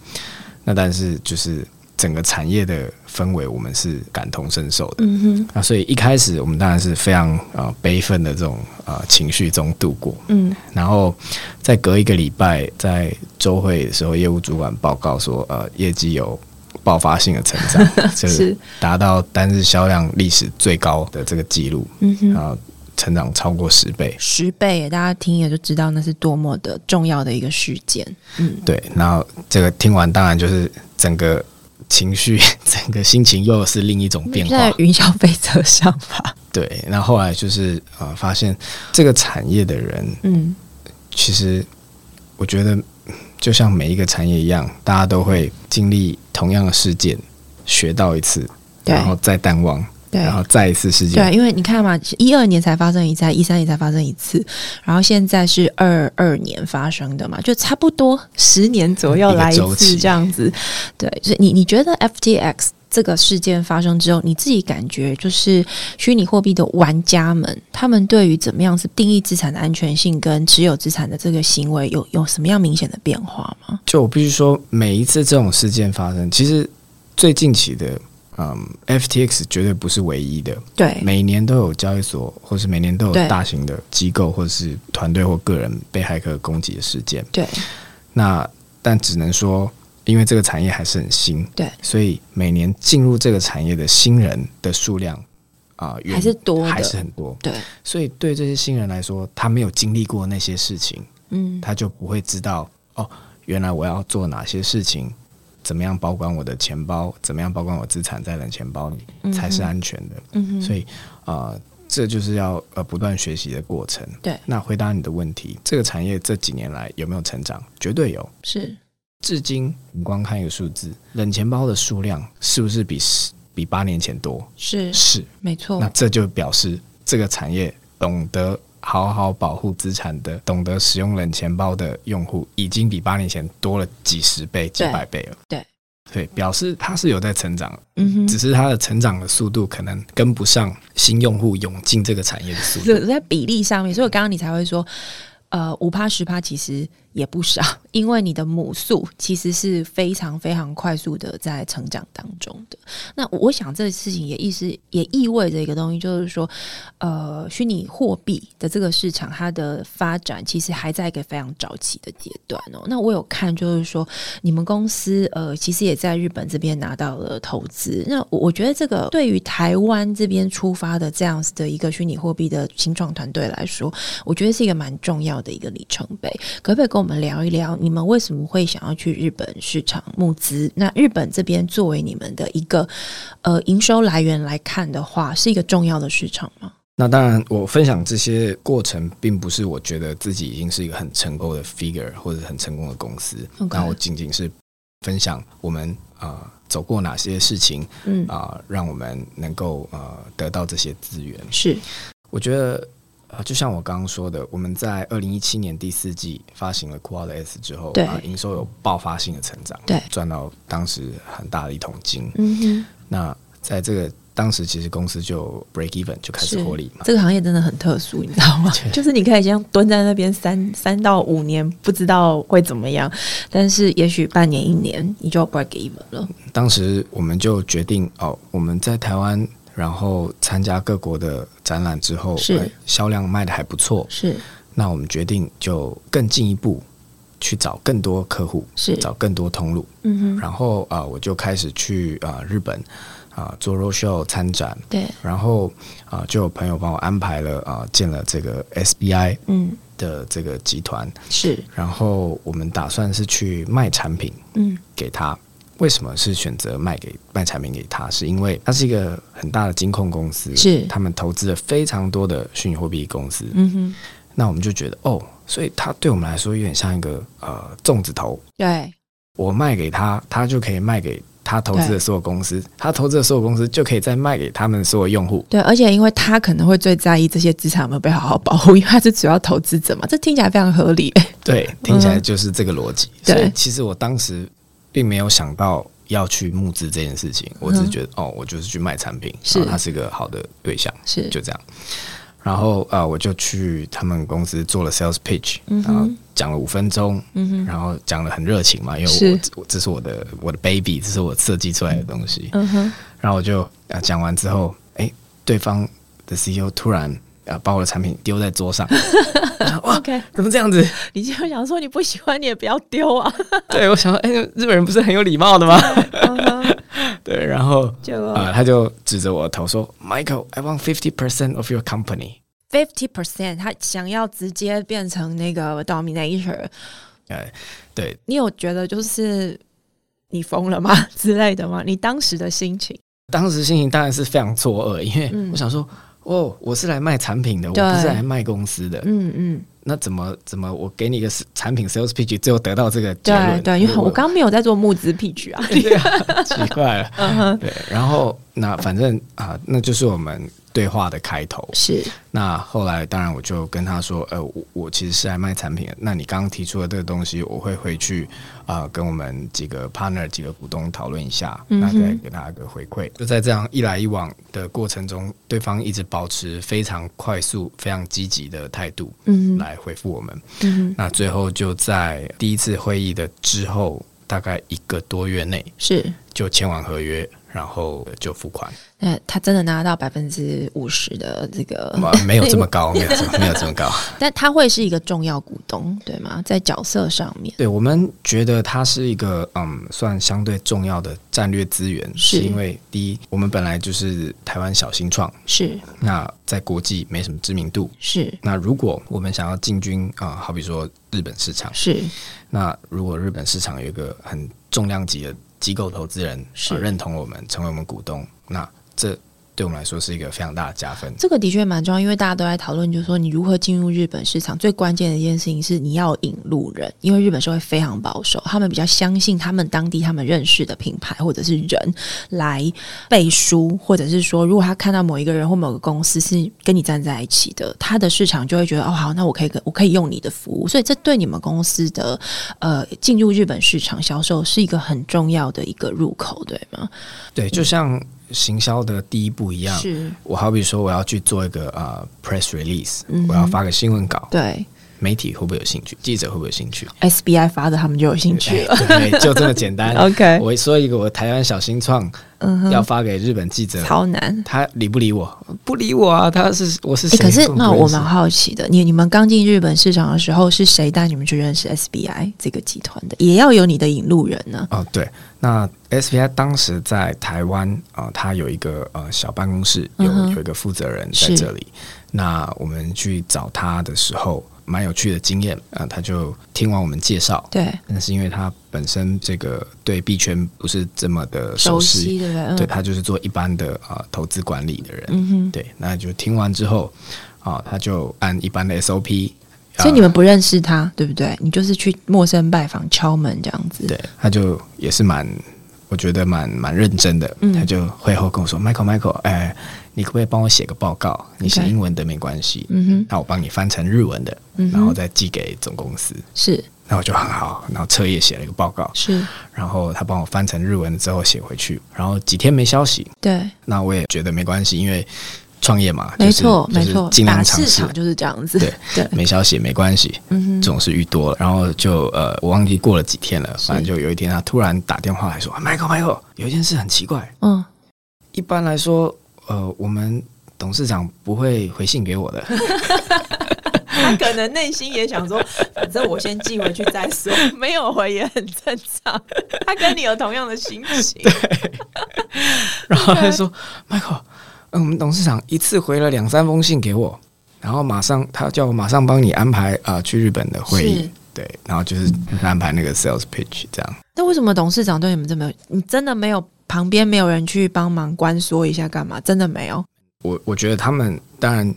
Speaker 2: 那但是就是整个产业的氛围，我们是感同身受的。
Speaker 1: 嗯哼，
Speaker 2: 那啊所以一开始我们当然是非常呃悲愤的这种呃情绪中度过，
Speaker 1: 嗯
Speaker 2: 然后再隔一个礼拜，在周会的时候，业务主管报告说，呃，业绩有爆发性的成长，
Speaker 1: [LAUGHS]
Speaker 2: 就是
Speaker 1: 是
Speaker 2: 达到单日销量历史最高的这个记录，
Speaker 1: 嗯哼。
Speaker 2: 然后成长超过十倍。
Speaker 1: 十倍耶，大家听也就知道那是多么的重要的一个事件。嗯，
Speaker 2: 对，然后这个听完，当然就是整个情绪、 [LAUGHS] 整个心情又是另一种变
Speaker 1: 在
Speaker 2: 化。
Speaker 1: 云霄飞车上吧。
Speaker 2: 对，那后来就是呃，发现这个产业的人，
Speaker 1: 嗯，
Speaker 2: 其实我觉得，就像每一个产业一样，大家都会经历同样的事件，学到一次，
Speaker 1: 对
Speaker 2: 然后再淡忘，
Speaker 1: 对
Speaker 2: 然。后再一次事件。
Speaker 1: 对，啊因为你看嘛，一二年才发生一次，一三年才发生一次，然后现在是二二年发生的嘛，就差不多十年左右来
Speaker 2: 一个周
Speaker 1: 一
Speaker 2: 期
Speaker 1: 次这样子。对，所以你你觉得 FTX 这个事件发生之后，你自己感觉就是虚拟货币的玩家们，他们对于怎么样是定义资产的安全性跟持有资产的这个行为有有什么样明显的变化吗？
Speaker 2: 就我必须说，每一次这种事件发生，其实最近期的，嗯，FTX 绝对不是唯一的，
Speaker 1: 对，
Speaker 2: 每年都有交易所，或是每年都有
Speaker 1: 对
Speaker 2: 大型的机构或者是团队或个人被骇客攻击的事件。
Speaker 1: 对，
Speaker 2: 那但只能说，因为这个产业还是很新，
Speaker 1: 对，
Speaker 2: 所以每年进入这个产业的新人的数量啊、远
Speaker 1: 还是多的，
Speaker 2: 还是很多。
Speaker 1: 对，
Speaker 2: 所以对这些新人来说，他没有经历过那些事情，
Speaker 1: 嗯，
Speaker 2: 他就不会知道哦，原来我要做哪些事情，怎么样保管我的钱包，怎么样保管我资产在冷钱包里才是安全的。
Speaker 1: 嗯哼，
Speaker 2: 所以啊、呃这就是要呃不断学习的过程。
Speaker 1: 对
Speaker 2: 那回答你的问题，这个产业这几年来有没有成长？绝对有。
Speaker 1: 是
Speaker 2: 至今你光看一个数字，冷钱包的数量是不是比十比八年前多？
Speaker 1: 是
Speaker 2: 是，
Speaker 1: 没错
Speaker 2: 那，这就表示这个产业懂得好好保护资产的、懂得使用冷钱包的用户，已经比八年前多了几十倍、几
Speaker 1: 对
Speaker 2: 百倍了。
Speaker 1: 对，
Speaker 2: 对，表示它是有在成长，
Speaker 1: 嗯哼
Speaker 2: 只，是它的成长的速度可能跟不上新用户涌进这个产业的速度。
Speaker 1: 是在比例上面，所以我刚刚你才会说，呃，五趴十趴其实也不少，因为你的母数其实是非常非常快速的在成长当中的。那我想这个事情也意思也意味着一个东西，就是说，呃，虚拟货币的这个市场它的发展其实还在一个非常早期的阶段哦。那我有看就是说，你们公司呃，其实也在日本这边拿到了投资。那我我觉得这个对于台湾这边出发的这样子的一个虚拟货币的新创团队来说，我觉得是一个蛮重要的一个里程碑。可不可以跟我们聊一聊，你们为什么会想要去日本市场募资？那日本这边作为你们的一个呃营收来源来看的话，是一个重要的市场吗？
Speaker 2: 那当然，我分享这些过程，并不是我觉得自己已经是一个很成功的 figure 或者很成功的公司。
Speaker 1: OK
Speaker 2: 那我仅仅是分享我们啊、呃走过哪些事情
Speaker 1: 嗯，
Speaker 2: 啊、让我们能够呃得到这些资源。
Speaker 1: 是
Speaker 2: 我觉得呃，就像我刚刚说的，我们在二零一七年第四季发行了 Quad S 之后，
Speaker 1: 对
Speaker 2: 啊营收有爆发性的成长，
Speaker 1: 对
Speaker 2: 赚到当时很大的一桶金。
Speaker 1: 嗯哼，
Speaker 2: 那在这个当时，其实公司就 break even 就开始
Speaker 1: 是
Speaker 2: 获利嘛。
Speaker 1: 这个行业真的很特殊，你知道吗？
Speaker 2: [LAUGHS] 对
Speaker 1: 就是你可以这样蹲在那边三三到五年，不知道会怎么样，但是也许半年一年你就 break even 了。
Speaker 2: 当时我们就决定哦，我们在台湾，然后参加各国的展览之后，
Speaker 1: 是
Speaker 2: 哎销量卖的还不错，
Speaker 1: 是
Speaker 2: 那我们决定就更进一步去找更多客户，
Speaker 1: 是
Speaker 2: 找更多通路。
Speaker 1: 嗯哼，
Speaker 2: 然后啊、呃我就开始去啊、呃日本啊、呃做 road show 参展，
Speaker 1: 对，
Speaker 2: 然后啊、呃就有朋友帮我安排了啊、呃见了这个 SBI
Speaker 1: 嗯，
Speaker 2: 的这个集团，
Speaker 1: 是，
Speaker 2: 然后我们打算是去卖产品
Speaker 1: 嗯，
Speaker 2: 给他。为什么是选择卖给卖产品给他？是因为它是一个很大的金控公司，
Speaker 1: 是
Speaker 2: 他们投资了非常多的虚拟货币公司，
Speaker 1: 嗯哼，
Speaker 2: 那我们就觉得哦，所以它对我们来说有点像一个呃粽子头，
Speaker 1: 对，
Speaker 2: 我卖给他，他就可以卖给他投资的所有公司，他投资的所有公司就可以再卖给他们所有用户。
Speaker 1: 对，而且因为他可能会最在意这些资产有没有被好好保护，因为他是主要投资者嘛，这听起来非常合理。
Speaker 2: 对，听起来就是这个逻辑。
Speaker 1: 嗯对
Speaker 2: 所以其实我当时并没有想到要去募资这件事情，我只是觉得、哦，我就是去卖产品，
Speaker 1: 嗯是
Speaker 2: 然后它是一个好的对象，
Speaker 1: [LAUGHS] 是
Speaker 2: 就这样。然后呃，我就去他们公司做了 sales pitch，、然后讲了五分钟，然后讲的很热情嘛，因为
Speaker 1: 是
Speaker 2: 我我这嗯是我的我的 baby，这是我设计出来的东西，
Speaker 1: 嗯哼，
Speaker 2: 然后我就呃讲完之后，哎，对方的 CEO 突然呃把我的产品丢在桌上，
Speaker 1: [LAUGHS] OK，
Speaker 2: [LAUGHS] 怎么这样子？
Speaker 1: 你就想说你不喜欢你也不要丢啊，
Speaker 2: [LAUGHS] 对我想说，哎，日本人不是很有礼貌的吗？ [LAUGHS] 对，然后
Speaker 1: 就
Speaker 2: 啊、呃他就指着我的头说，Michael，I want fifty percent of your company。
Speaker 1: fifty percent，他想要直接变成那个 dominator，
Speaker 2: 呃，对，
Speaker 1: 你有觉得就是你疯了吗 [LAUGHS] 之类的吗？你当时的心情，
Speaker 2: 当时心情当然是非常错愕，因为
Speaker 1: 嗯
Speaker 2: 我想说，哦，我是来卖产品的，我
Speaker 1: 对
Speaker 2: 不是来卖公司的。
Speaker 1: 嗯嗯，
Speaker 2: 那怎么怎么我给你一个产品 sales pitch，最后得到这个结
Speaker 1: 对
Speaker 2: 论？
Speaker 1: 对，因为我
Speaker 2: 我
Speaker 1: 刚刚没有在做募资 pitch 啊，
Speaker 2: [LAUGHS] 对啊，奇怪了。对，然后那反正啊、那就是我们对话的开头。
Speaker 1: 是
Speaker 2: 那后来当然我就跟他说，呃，我我其实是来卖产品的。那你刚刚提出的这个东西，我会回去啊、跟我们几个 partner、几个股东讨论一下，那再给大家一个回馈。就在这样一来一往的过程中，对方一直保持非常快速、非常积极的态度，嗯，来回复我们。嗯，那最后就在第一次会议的之后，大概一个多月内
Speaker 1: 是，
Speaker 2: 就签完合约，然后就付款。
Speaker 1: 那他真的拿到百分之五十的这个，
Speaker 2: 哇没有这么高，没有这么没有这么高。
Speaker 1: 但他会是一个重要股东，对吗？在角色上面，
Speaker 2: 对我们觉得它是一个嗯，算相对重要的战略资源，
Speaker 1: 是
Speaker 2: 是因为第一，我们本来就是台湾小新创，
Speaker 1: 是
Speaker 2: 那在国际没什么知名度。
Speaker 1: 是
Speaker 2: 那如果我们想要进军啊、好比说日本市场，
Speaker 1: 是
Speaker 2: 那如果日本市场有一个很重量级的机构投资人、
Speaker 1: 是
Speaker 2: 呃认同我们，成为我们股东，那这对我们来说是一个非常大的加分。
Speaker 1: 这个的确蛮重要，因为大家都在讨论，就是说你如何进入日本市场，最关键的一件事情是你要引路人，因为日本社会非常保守，他们比较相信他们当地他们认识的品牌或者是人来背书，或者是说，如果他看到某一个人或某个公司是跟你站在一起的，他的市场就会觉得哦好，那我可以跟我可以用你的服务，所以这对你们公司的呃进入日本市场销售是一个很重要的一个入口，对吗？
Speaker 2: 对，就像行销的第一步一样，
Speaker 1: 嗯是，
Speaker 2: 我好比说我要去做一个啊、呃 press release，、我
Speaker 1: 嗯
Speaker 2: 要发个新闻稿，
Speaker 1: 对
Speaker 2: 媒体会不会有兴趣？记者会不会有兴
Speaker 1: [LAUGHS]
Speaker 2: 趣？
Speaker 1: SBI 发的他们就有兴趣了。
Speaker 2: [LAUGHS] 对，就这么简单。
Speaker 1: [LAUGHS] OK 嗯
Speaker 2: 我说一个我台湾小新创要发给日本记者，
Speaker 1: 超难。
Speaker 2: 他理不理我？不理我啊！他是我是
Speaker 1: 哎、
Speaker 2: 谁？
Speaker 1: 可是
Speaker 2: 根本
Speaker 1: 那
Speaker 2: 不认
Speaker 1: 我
Speaker 2: 识
Speaker 1: 蛮好奇的，你你们刚进日本市场的时候，是谁带你们去认识 SBI 这个集团的？也要有你的引路人呢、
Speaker 2: 哦，对，那 SPI 当时在台湾啊、呃它有一个呃小办公室，有、
Speaker 1: 嗯哼
Speaker 2: 有一个负责人在
Speaker 1: 是
Speaker 2: 这里。那我们去找他的时候，蛮有趣的经验啊、呃他就听完我们介绍，
Speaker 1: 对，
Speaker 2: 但是因为他本身这个对币圈不是这么的
Speaker 1: 熟
Speaker 2: 熟悉，
Speaker 1: 悉对不对？嗯
Speaker 2: 对他就是做一般的啊、呃投资管理的人，
Speaker 1: 嗯哼，
Speaker 2: 对，那就听完之后啊、他就按一般的 SOP，啊、
Speaker 1: 所以你们不认识他，对不对？你就是去陌生拜访、敲门这样子。
Speaker 2: 对，他就也是蛮，我觉得蛮蛮认真的，
Speaker 1: 嗯
Speaker 2: 他就会后跟我说，Michael Michael，哎、你可不可以帮我写个报告？你写
Speaker 1: OK
Speaker 2: 英文的没关系，
Speaker 1: 嗯哼，
Speaker 2: 那我帮你翻成日文的，
Speaker 1: 嗯哼
Speaker 2: 然后再寄给总公司。
Speaker 1: 是
Speaker 2: 那我就很好，然后彻夜写了一个报告，
Speaker 1: 是，
Speaker 2: 然后他帮我翻成日文之后写回去，然后几天没消息，
Speaker 1: 对，
Speaker 2: 那我也觉得没关系，因为创业嘛，
Speaker 1: 没错，
Speaker 2: 就是、
Speaker 1: 没
Speaker 2: 就
Speaker 1: 错
Speaker 2: 是，尽
Speaker 1: 打
Speaker 2: 量尝
Speaker 1: 市
Speaker 2: 试
Speaker 1: 场，就是这样子。
Speaker 2: 对
Speaker 1: 对，
Speaker 2: 没消息也没关系，
Speaker 1: 嗯
Speaker 2: 这
Speaker 1: 哼，
Speaker 2: 种事遇多了，然后就呃，我忘记过了几天了，反正就有一天他突然打电话来说啊，Michael Michael，有一件事很奇怪，
Speaker 1: 嗯，
Speaker 2: 一般来说，呃，我们董事长不会回信给我的，
Speaker 1: 他可能内心也
Speaker 2: [LAUGHS]
Speaker 1: 想说，反正我先寄回去再说，没有回也很正常。他跟你有同样的心情。
Speaker 2: 然后他就说
Speaker 1: 啊
Speaker 2: Michael，嗯，我们董事长一次回了两三封信给我，然后马上他叫我马上帮你安排啊、呃去日本的会
Speaker 1: 是
Speaker 2: 议，对，然后就是安排那个 sales pitch 这样。
Speaker 1: 那为什么董事长对你们这么？你真的没有旁边没有人去帮忙关说一下干嘛？真的没有？
Speaker 2: 我我觉得他们当然，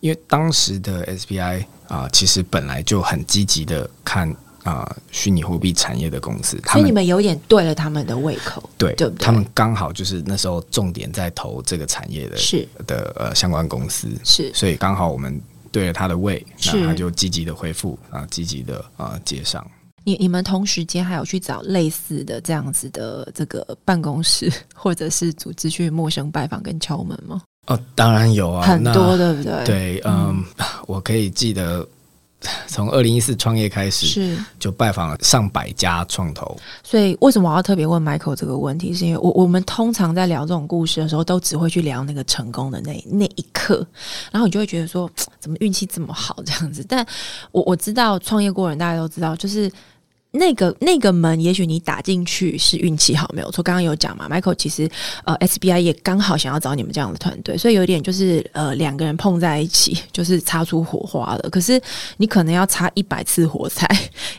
Speaker 2: 因为当时的 SBI 啊、其实本来就很积极的看啊、虚拟货币产业的公司，他
Speaker 1: 所以你
Speaker 2: 们
Speaker 1: 们有点对了他们的胃口，
Speaker 2: 对
Speaker 1: 对不对？
Speaker 2: 他们刚好就是那时候重点在投这个产业的
Speaker 1: 是
Speaker 2: 的呃相关公司，
Speaker 1: 是
Speaker 2: 所以刚好我们对了他的胃，
Speaker 1: 是
Speaker 2: 那他就积极的恢复啊，积极的啊接上。
Speaker 1: 你你们同时间还有去找类似的这样子的这个办公室或者是组织去陌生拜访跟敲门吗？
Speaker 2: 哦，当然有啊，
Speaker 1: 很
Speaker 2: 那
Speaker 1: 多，对不对？，
Speaker 2: 对，嗯，我可以记得 [LAUGHS] 从二零一四创业开始，
Speaker 1: 是。
Speaker 2: 就拜访了上百家创投，
Speaker 1: 所以为什么我要特别问 Michael 这个问题？是因为我我们通常在聊这种故事的时候，都只会去聊那个成功的那那一刻，然后你就会觉得说，嘖怎么运气这么好这样子？但我我知道创业过的人大家都知道，就是那个那个门，也许你打进去是运气好，没有错。刚刚有讲嘛，Michael 其实呃 SBI 也刚好想要找你们这样的团队，所以有点就是呃两个人碰在一起，就是擦出火花了。可是你可能要擦一百次火柴，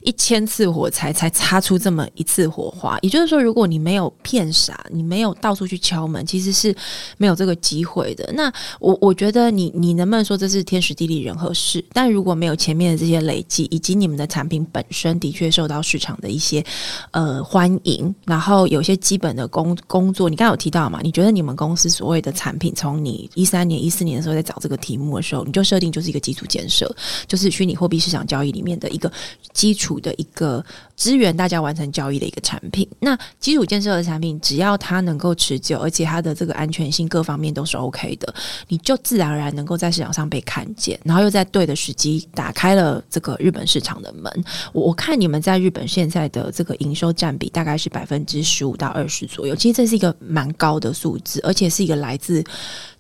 Speaker 1: 一千次火柴才擦出这么一次火花。也就是说，如果你没有骗傻，你没有到处去敲门，其实是没有这个机会的。那我我觉得你你能不能说这是天时地利人和事？但如果没有前面的这些累积，以及你们的产品本身的确受到市场的一些呃欢迎，然后有些基本的工工作，你刚刚有提到嘛？你觉得你们公司所谓的产品，从你一三年、一四年的时候在找这个题目的时候，你就设定就是一个基础建设，就是虚拟货币市场交易里面的一个基础的一个支援大家完成交易的一个产品。那基础建设的产品，只要它能够持久，而且它的这个安全性各方面都是 OK 的，你就自然而然能够在市场上被看见，然后又在对的时机打开了这个日本市场的门。我我看你们在日本现在的这个营收占比大概是百分之十五到二十左右，其实这是一个蛮高的数字，而且是一个来自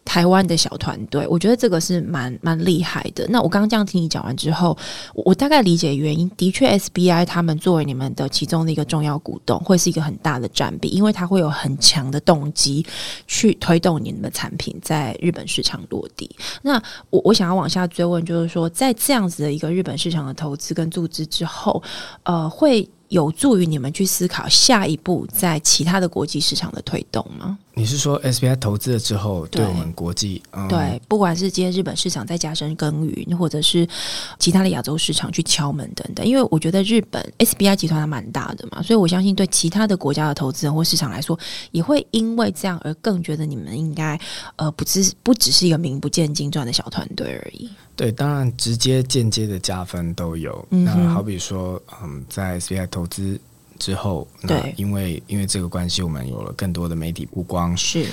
Speaker 1: 台湾的小团队，我觉得这个是蛮蛮厉害的。那我刚刚这样听你讲完之后，我我大概理解原因，的确 SBI 他们作为你们的其中的一个重要股东，会是一个很大的占比，因为它会有很强的动机去推动你们的产品在日本市场落地。那我我想要往下追问，就是说，在这样子的一个日本市场的投资跟注资之后，呃，会有助于你们去思考下一步在其他的国际市场的推动吗？
Speaker 2: 你是说 SBI 投资了之后，
Speaker 1: 对
Speaker 2: 对我们国际嗯
Speaker 1: 对，不管是今天日本市场再加深耕耘，或者是其他的亚洲市场去敲门等等，因为我觉得日本 SBI 集团它蛮大的嘛，所以我相信对其他的国家的投资人或市场来说，也会因为这样而更觉得你们应该呃不只不只是一个名不见经传的小团队而已。
Speaker 2: 对，当然直接间接的加分都有。
Speaker 1: 嗯哼
Speaker 2: 那好比说，嗯，在 SBI 投资之后，那
Speaker 1: 对
Speaker 2: 因为因为这个关系，我们有了更多的媒体曝光，
Speaker 1: 是，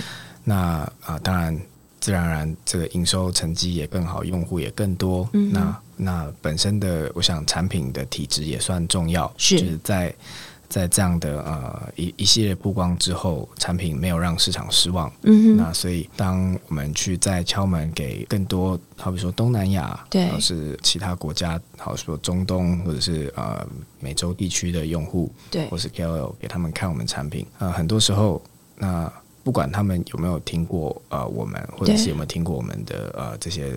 Speaker 2: 那啊、当然自然而然这个营收成绩也更好，用户也更多。
Speaker 1: 嗯哼
Speaker 2: 那那本身的，我想产品的体质也算重要，
Speaker 1: 是
Speaker 2: 就是在在这样的呃一一系列曝光之后，产品没有让市场失望。
Speaker 1: 嗯哼，
Speaker 2: 那所以，当我们去再敲门给更多，好比说东南亚，
Speaker 1: 对
Speaker 2: 或是其他国家，好比说中东或者是呃美洲地区的用户，
Speaker 1: 对
Speaker 2: 或，是 KOL 给他们看我们产品，呃，很多时候那不管他们有没有听过呃我们，或者
Speaker 1: 对
Speaker 2: 是有没有听过我们的呃这些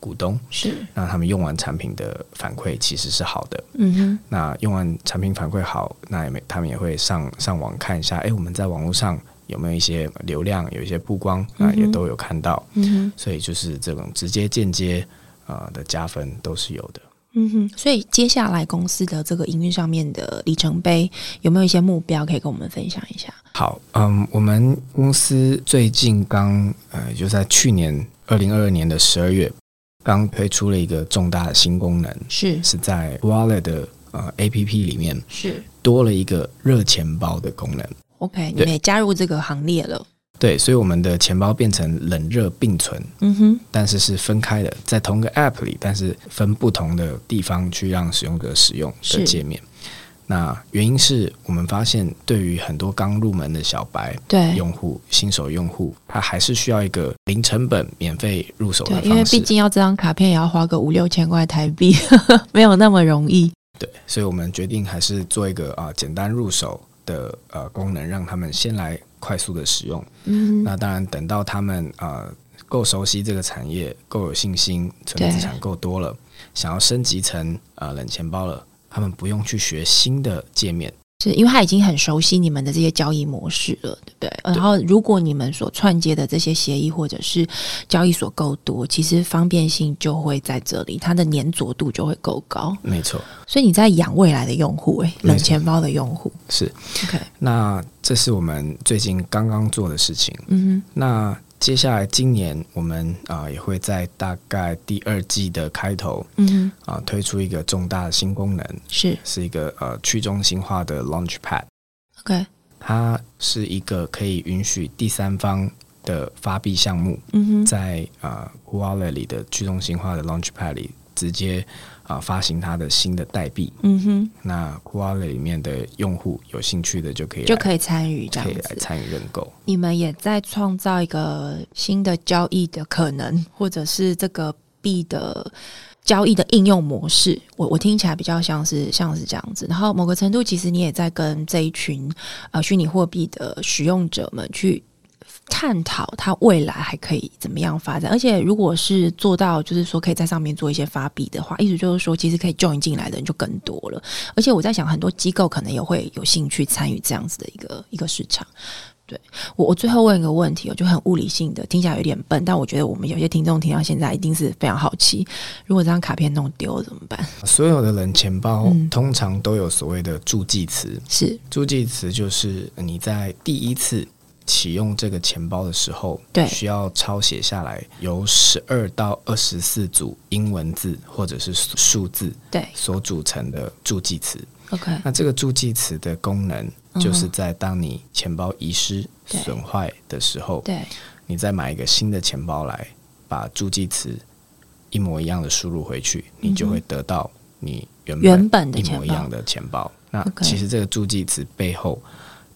Speaker 2: 股东，
Speaker 1: 是，
Speaker 2: 那他们用完产品的反馈其实是好的。
Speaker 1: 嗯哼，
Speaker 2: 那用完产品反馈好，那也没他们也会上上网看一下，哎、我们在网络上有没有一些流量，有一些曝光，那也都有看到，
Speaker 1: 嗯哼。
Speaker 2: 所以就是这种直接间接呃的加分都是有的。
Speaker 1: 嗯哼，所以接下来公司的这个营运上面的里程碑有没有一些目标可以跟我们分享一下？
Speaker 2: 好，嗯，我们公司最近刚呃，就在去年二零二二年的十二月，刚推出了一个重大的新功能，
Speaker 1: 是
Speaker 2: 是在 Wallet 的呃 APP 里面
Speaker 1: 是
Speaker 2: 多了一个热钱包的功能。
Speaker 1: ，OK，你
Speaker 2: 对
Speaker 1: 们也加入这个行列了。
Speaker 2: 对，所以我们的钱包变成冷热并存，
Speaker 1: 嗯哼，
Speaker 2: 但是是分开的，在同一个 App 里，但是分不同的地方去让使用者使用
Speaker 1: 是
Speaker 2: 的界面。那原因是我们发现，对于很多刚入门的小白，
Speaker 1: 对
Speaker 2: 用户、新手用户，他还是需要一个零成本、免费入手
Speaker 1: 对
Speaker 2: 的，
Speaker 1: 因为
Speaker 2: 方
Speaker 1: 毕
Speaker 2: 式。
Speaker 1: 竟要这张卡片也要花个五六千块台币， [LAUGHS] 没有那么容易。
Speaker 2: 对，所以我们决定还是做一个啊、呃简单入手的呃功能，让他们先来快速的使用。
Speaker 1: 嗯哼，
Speaker 2: 那当然，等到他们呃够熟悉这个产业，够有信心，存
Speaker 1: 对
Speaker 2: 的资产够多了，想要升级成呃冷钱包了，他们不用去学新的界面。
Speaker 1: 是因为他已经很熟悉你们的这些交易模式了，对不对？然后，如果你们所串接的这些协议或者是交易所够多，其实方便性就会在这里，它的粘着度就会够高。
Speaker 2: 没错，
Speaker 1: 所以你在养未来的用户、欸，
Speaker 2: 没错
Speaker 1: 冷钱包的用户。
Speaker 2: 是。
Speaker 1: OK，
Speaker 2: 那这是我们最近刚刚做的事情。
Speaker 1: 嗯
Speaker 2: 那接下来今年我们啊、呃也会在大概第二季的开头
Speaker 1: 哼，嗯哼，
Speaker 2: 啊、呃推出一个重大的新功能，
Speaker 1: 是
Speaker 2: 是一个呃去中心化的 Launchpad，
Speaker 1: OK，
Speaker 2: 它是一个可以允许第三方的发币项目
Speaker 1: 嗯哼，
Speaker 2: 在呃 Wallet 里的去中心化的 Launchpad 里直接啊、呃发行它的新的代币。
Speaker 1: 嗯哼，
Speaker 2: 那 Wallet 里面的用户有兴趣的就可以
Speaker 1: 就
Speaker 2: 来
Speaker 1: 可以参与这
Speaker 2: 可以啊
Speaker 1: 样
Speaker 2: 来
Speaker 1: 子。
Speaker 2: 参与认购。
Speaker 1: 你们也在创造一个新的交易的可能，或者是这个币的交易的应用模式，我我听起来比较像是像是这样子。然后某个程度，其实你也在跟这一群呃虚拟货币的使用者们去探讨它未来还可以怎么样发展。而且如果是做到，就是说可以在上面做一些发币的话，意思就是说，其实可以 join 进来的人就更多了。而且我在想，很多机构可能也会有兴趣参与这样子的一个一个市场。对我，我最后问一个问题，我哦就很物理性的，听起来有点笨，但我觉得我们有些听众听到现在一定是非常好奇，如果这张卡片弄丢了怎么办？
Speaker 2: 所有的人钱包
Speaker 1: 嗯
Speaker 2: 通常都有所谓的助记词，
Speaker 1: 是
Speaker 2: 助记词就是你在第一次启用这个钱包的时候，
Speaker 1: 对
Speaker 2: 需要抄写下来由十二到二十四组英文字或者是数数字
Speaker 1: 对
Speaker 2: 所组成的助记词。
Speaker 1: ，OK，嗯
Speaker 2: 那这个助记词的功能，
Speaker 1: 哼
Speaker 2: 就是在当你钱包遗失、
Speaker 1: 对
Speaker 2: 损坏的时候，
Speaker 1: 对，
Speaker 2: 你再买一个新的钱包来，把助记词一模一样的输入回去，你就会得到你原
Speaker 1: 原本的
Speaker 2: 一
Speaker 1: 钱
Speaker 2: 模一
Speaker 1: 包
Speaker 2: 样的钱包。那
Speaker 1: OK
Speaker 2: 其实这个助记词背后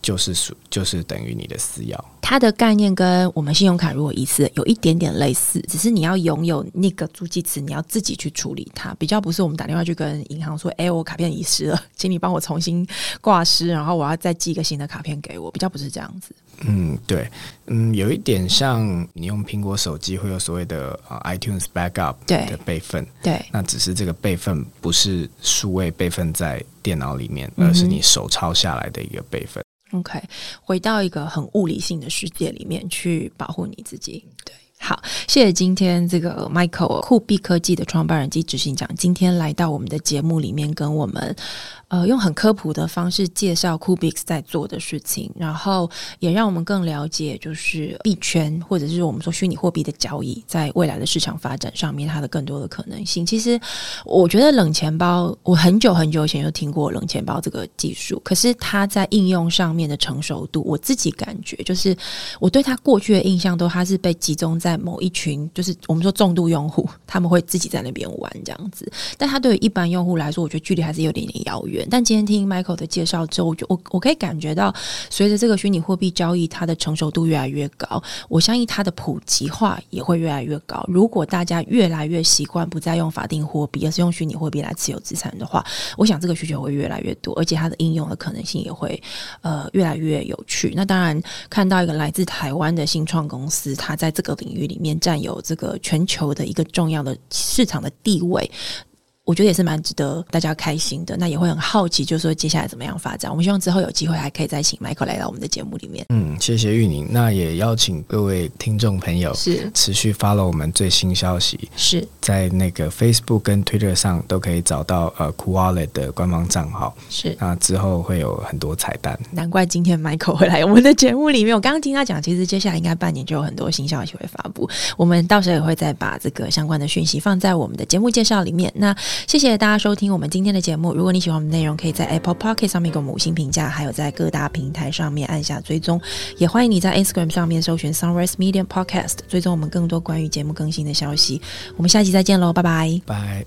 Speaker 2: 就是属就是等于你的私钥，
Speaker 1: 它的概念跟我们信用卡如果一次有一点点类似，只是你要拥有那个助记词，你要自己去处理它，比较不是我们打电话去跟银行说，哎、我卡片遗失了， [LAUGHS] 请你帮我重新挂失，然后我要再寄一个新的卡片给我，比较不是这样子。
Speaker 2: 嗯，对，嗯，有一点像你用苹果手机会有所谓的、呃、iTunes backup
Speaker 1: 对
Speaker 2: 的备份，
Speaker 1: 对
Speaker 2: 那只是这个备份不是数位备份在电脑里面，
Speaker 1: 嗯哼
Speaker 2: 而是你手抄下来的一个备份。
Speaker 1: OK，回到一个很物理性的世界里面去保护你自己。对，好，谢谢今天这个 Michael 酷币科技的创办人及执行长，今天来到我们的节目里面，跟我们呃用很科普的方式介绍 Kubix 在做的事情，然后也让我们更了解就是币圈或者是我们说虚拟货币的交易在未来的市场发展上面它的更多的可能性。其实我觉得冷钱包，我很久很久以前就听过冷钱包这个技术，可是它在应用上面的成熟度，我自己感觉就是我对它过去的印象都它是被集中在某一群，就是我们说重度用户，他们会自己在那边玩这样子。但它对于一般用户来说，我觉得距离还是有点点遥远。但今天听 Michael 的介绍之后，我就我我可以感觉到，随着这个虚拟货币交易，它的成熟度越来越高，我相信它的普及化也会越来越高。如果大家越来越习惯不再用法定货币，而是用虚拟货币来持有资产的话，我想这个需求会越来越多，而且它的应用的可能性也会呃越来越有趣。那当然，看到一个来自台湾的新创公司，它在这个领域里面占有这个全球的一个重要的市场的地位。我觉得也是蛮值得大家开心的，那也会很好奇，就是说接下来怎么样发展。我们希望之后有机会还可以再请 Michael 来到我们的节目里面。
Speaker 2: 嗯，谢谢玉宁，那也邀请各位听众朋友
Speaker 1: 是
Speaker 2: 持续 follow 我们最新消息，
Speaker 1: 是，
Speaker 2: 在那个 Facebook 跟 Twitter 上都可以找到呃 Cool Wallet 的官方账号，
Speaker 1: 是，
Speaker 2: 那之后会有很多彩蛋。
Speaker 1: 难怪今天 Michael 会来我们的节目里面。我刚刚听他讲，其实接下来应该半年就有很多新消息会发布，我们到时候也会再把这个相关的讯息放在我们的节目介绍里面。那谢谢大家收听我们今天的节目。如果你喜欢我们的内容，可以在 Apple p o c k e t 上面给我们五星评价，还有在各大平台上面按下追踪。也欢迎你在 Instagram 上面搜寻 Sunrise Media Podcast，追踪我们更多关于节目更新的消息。我们下期再见喽，拜拜。
Speaker 2: 拜。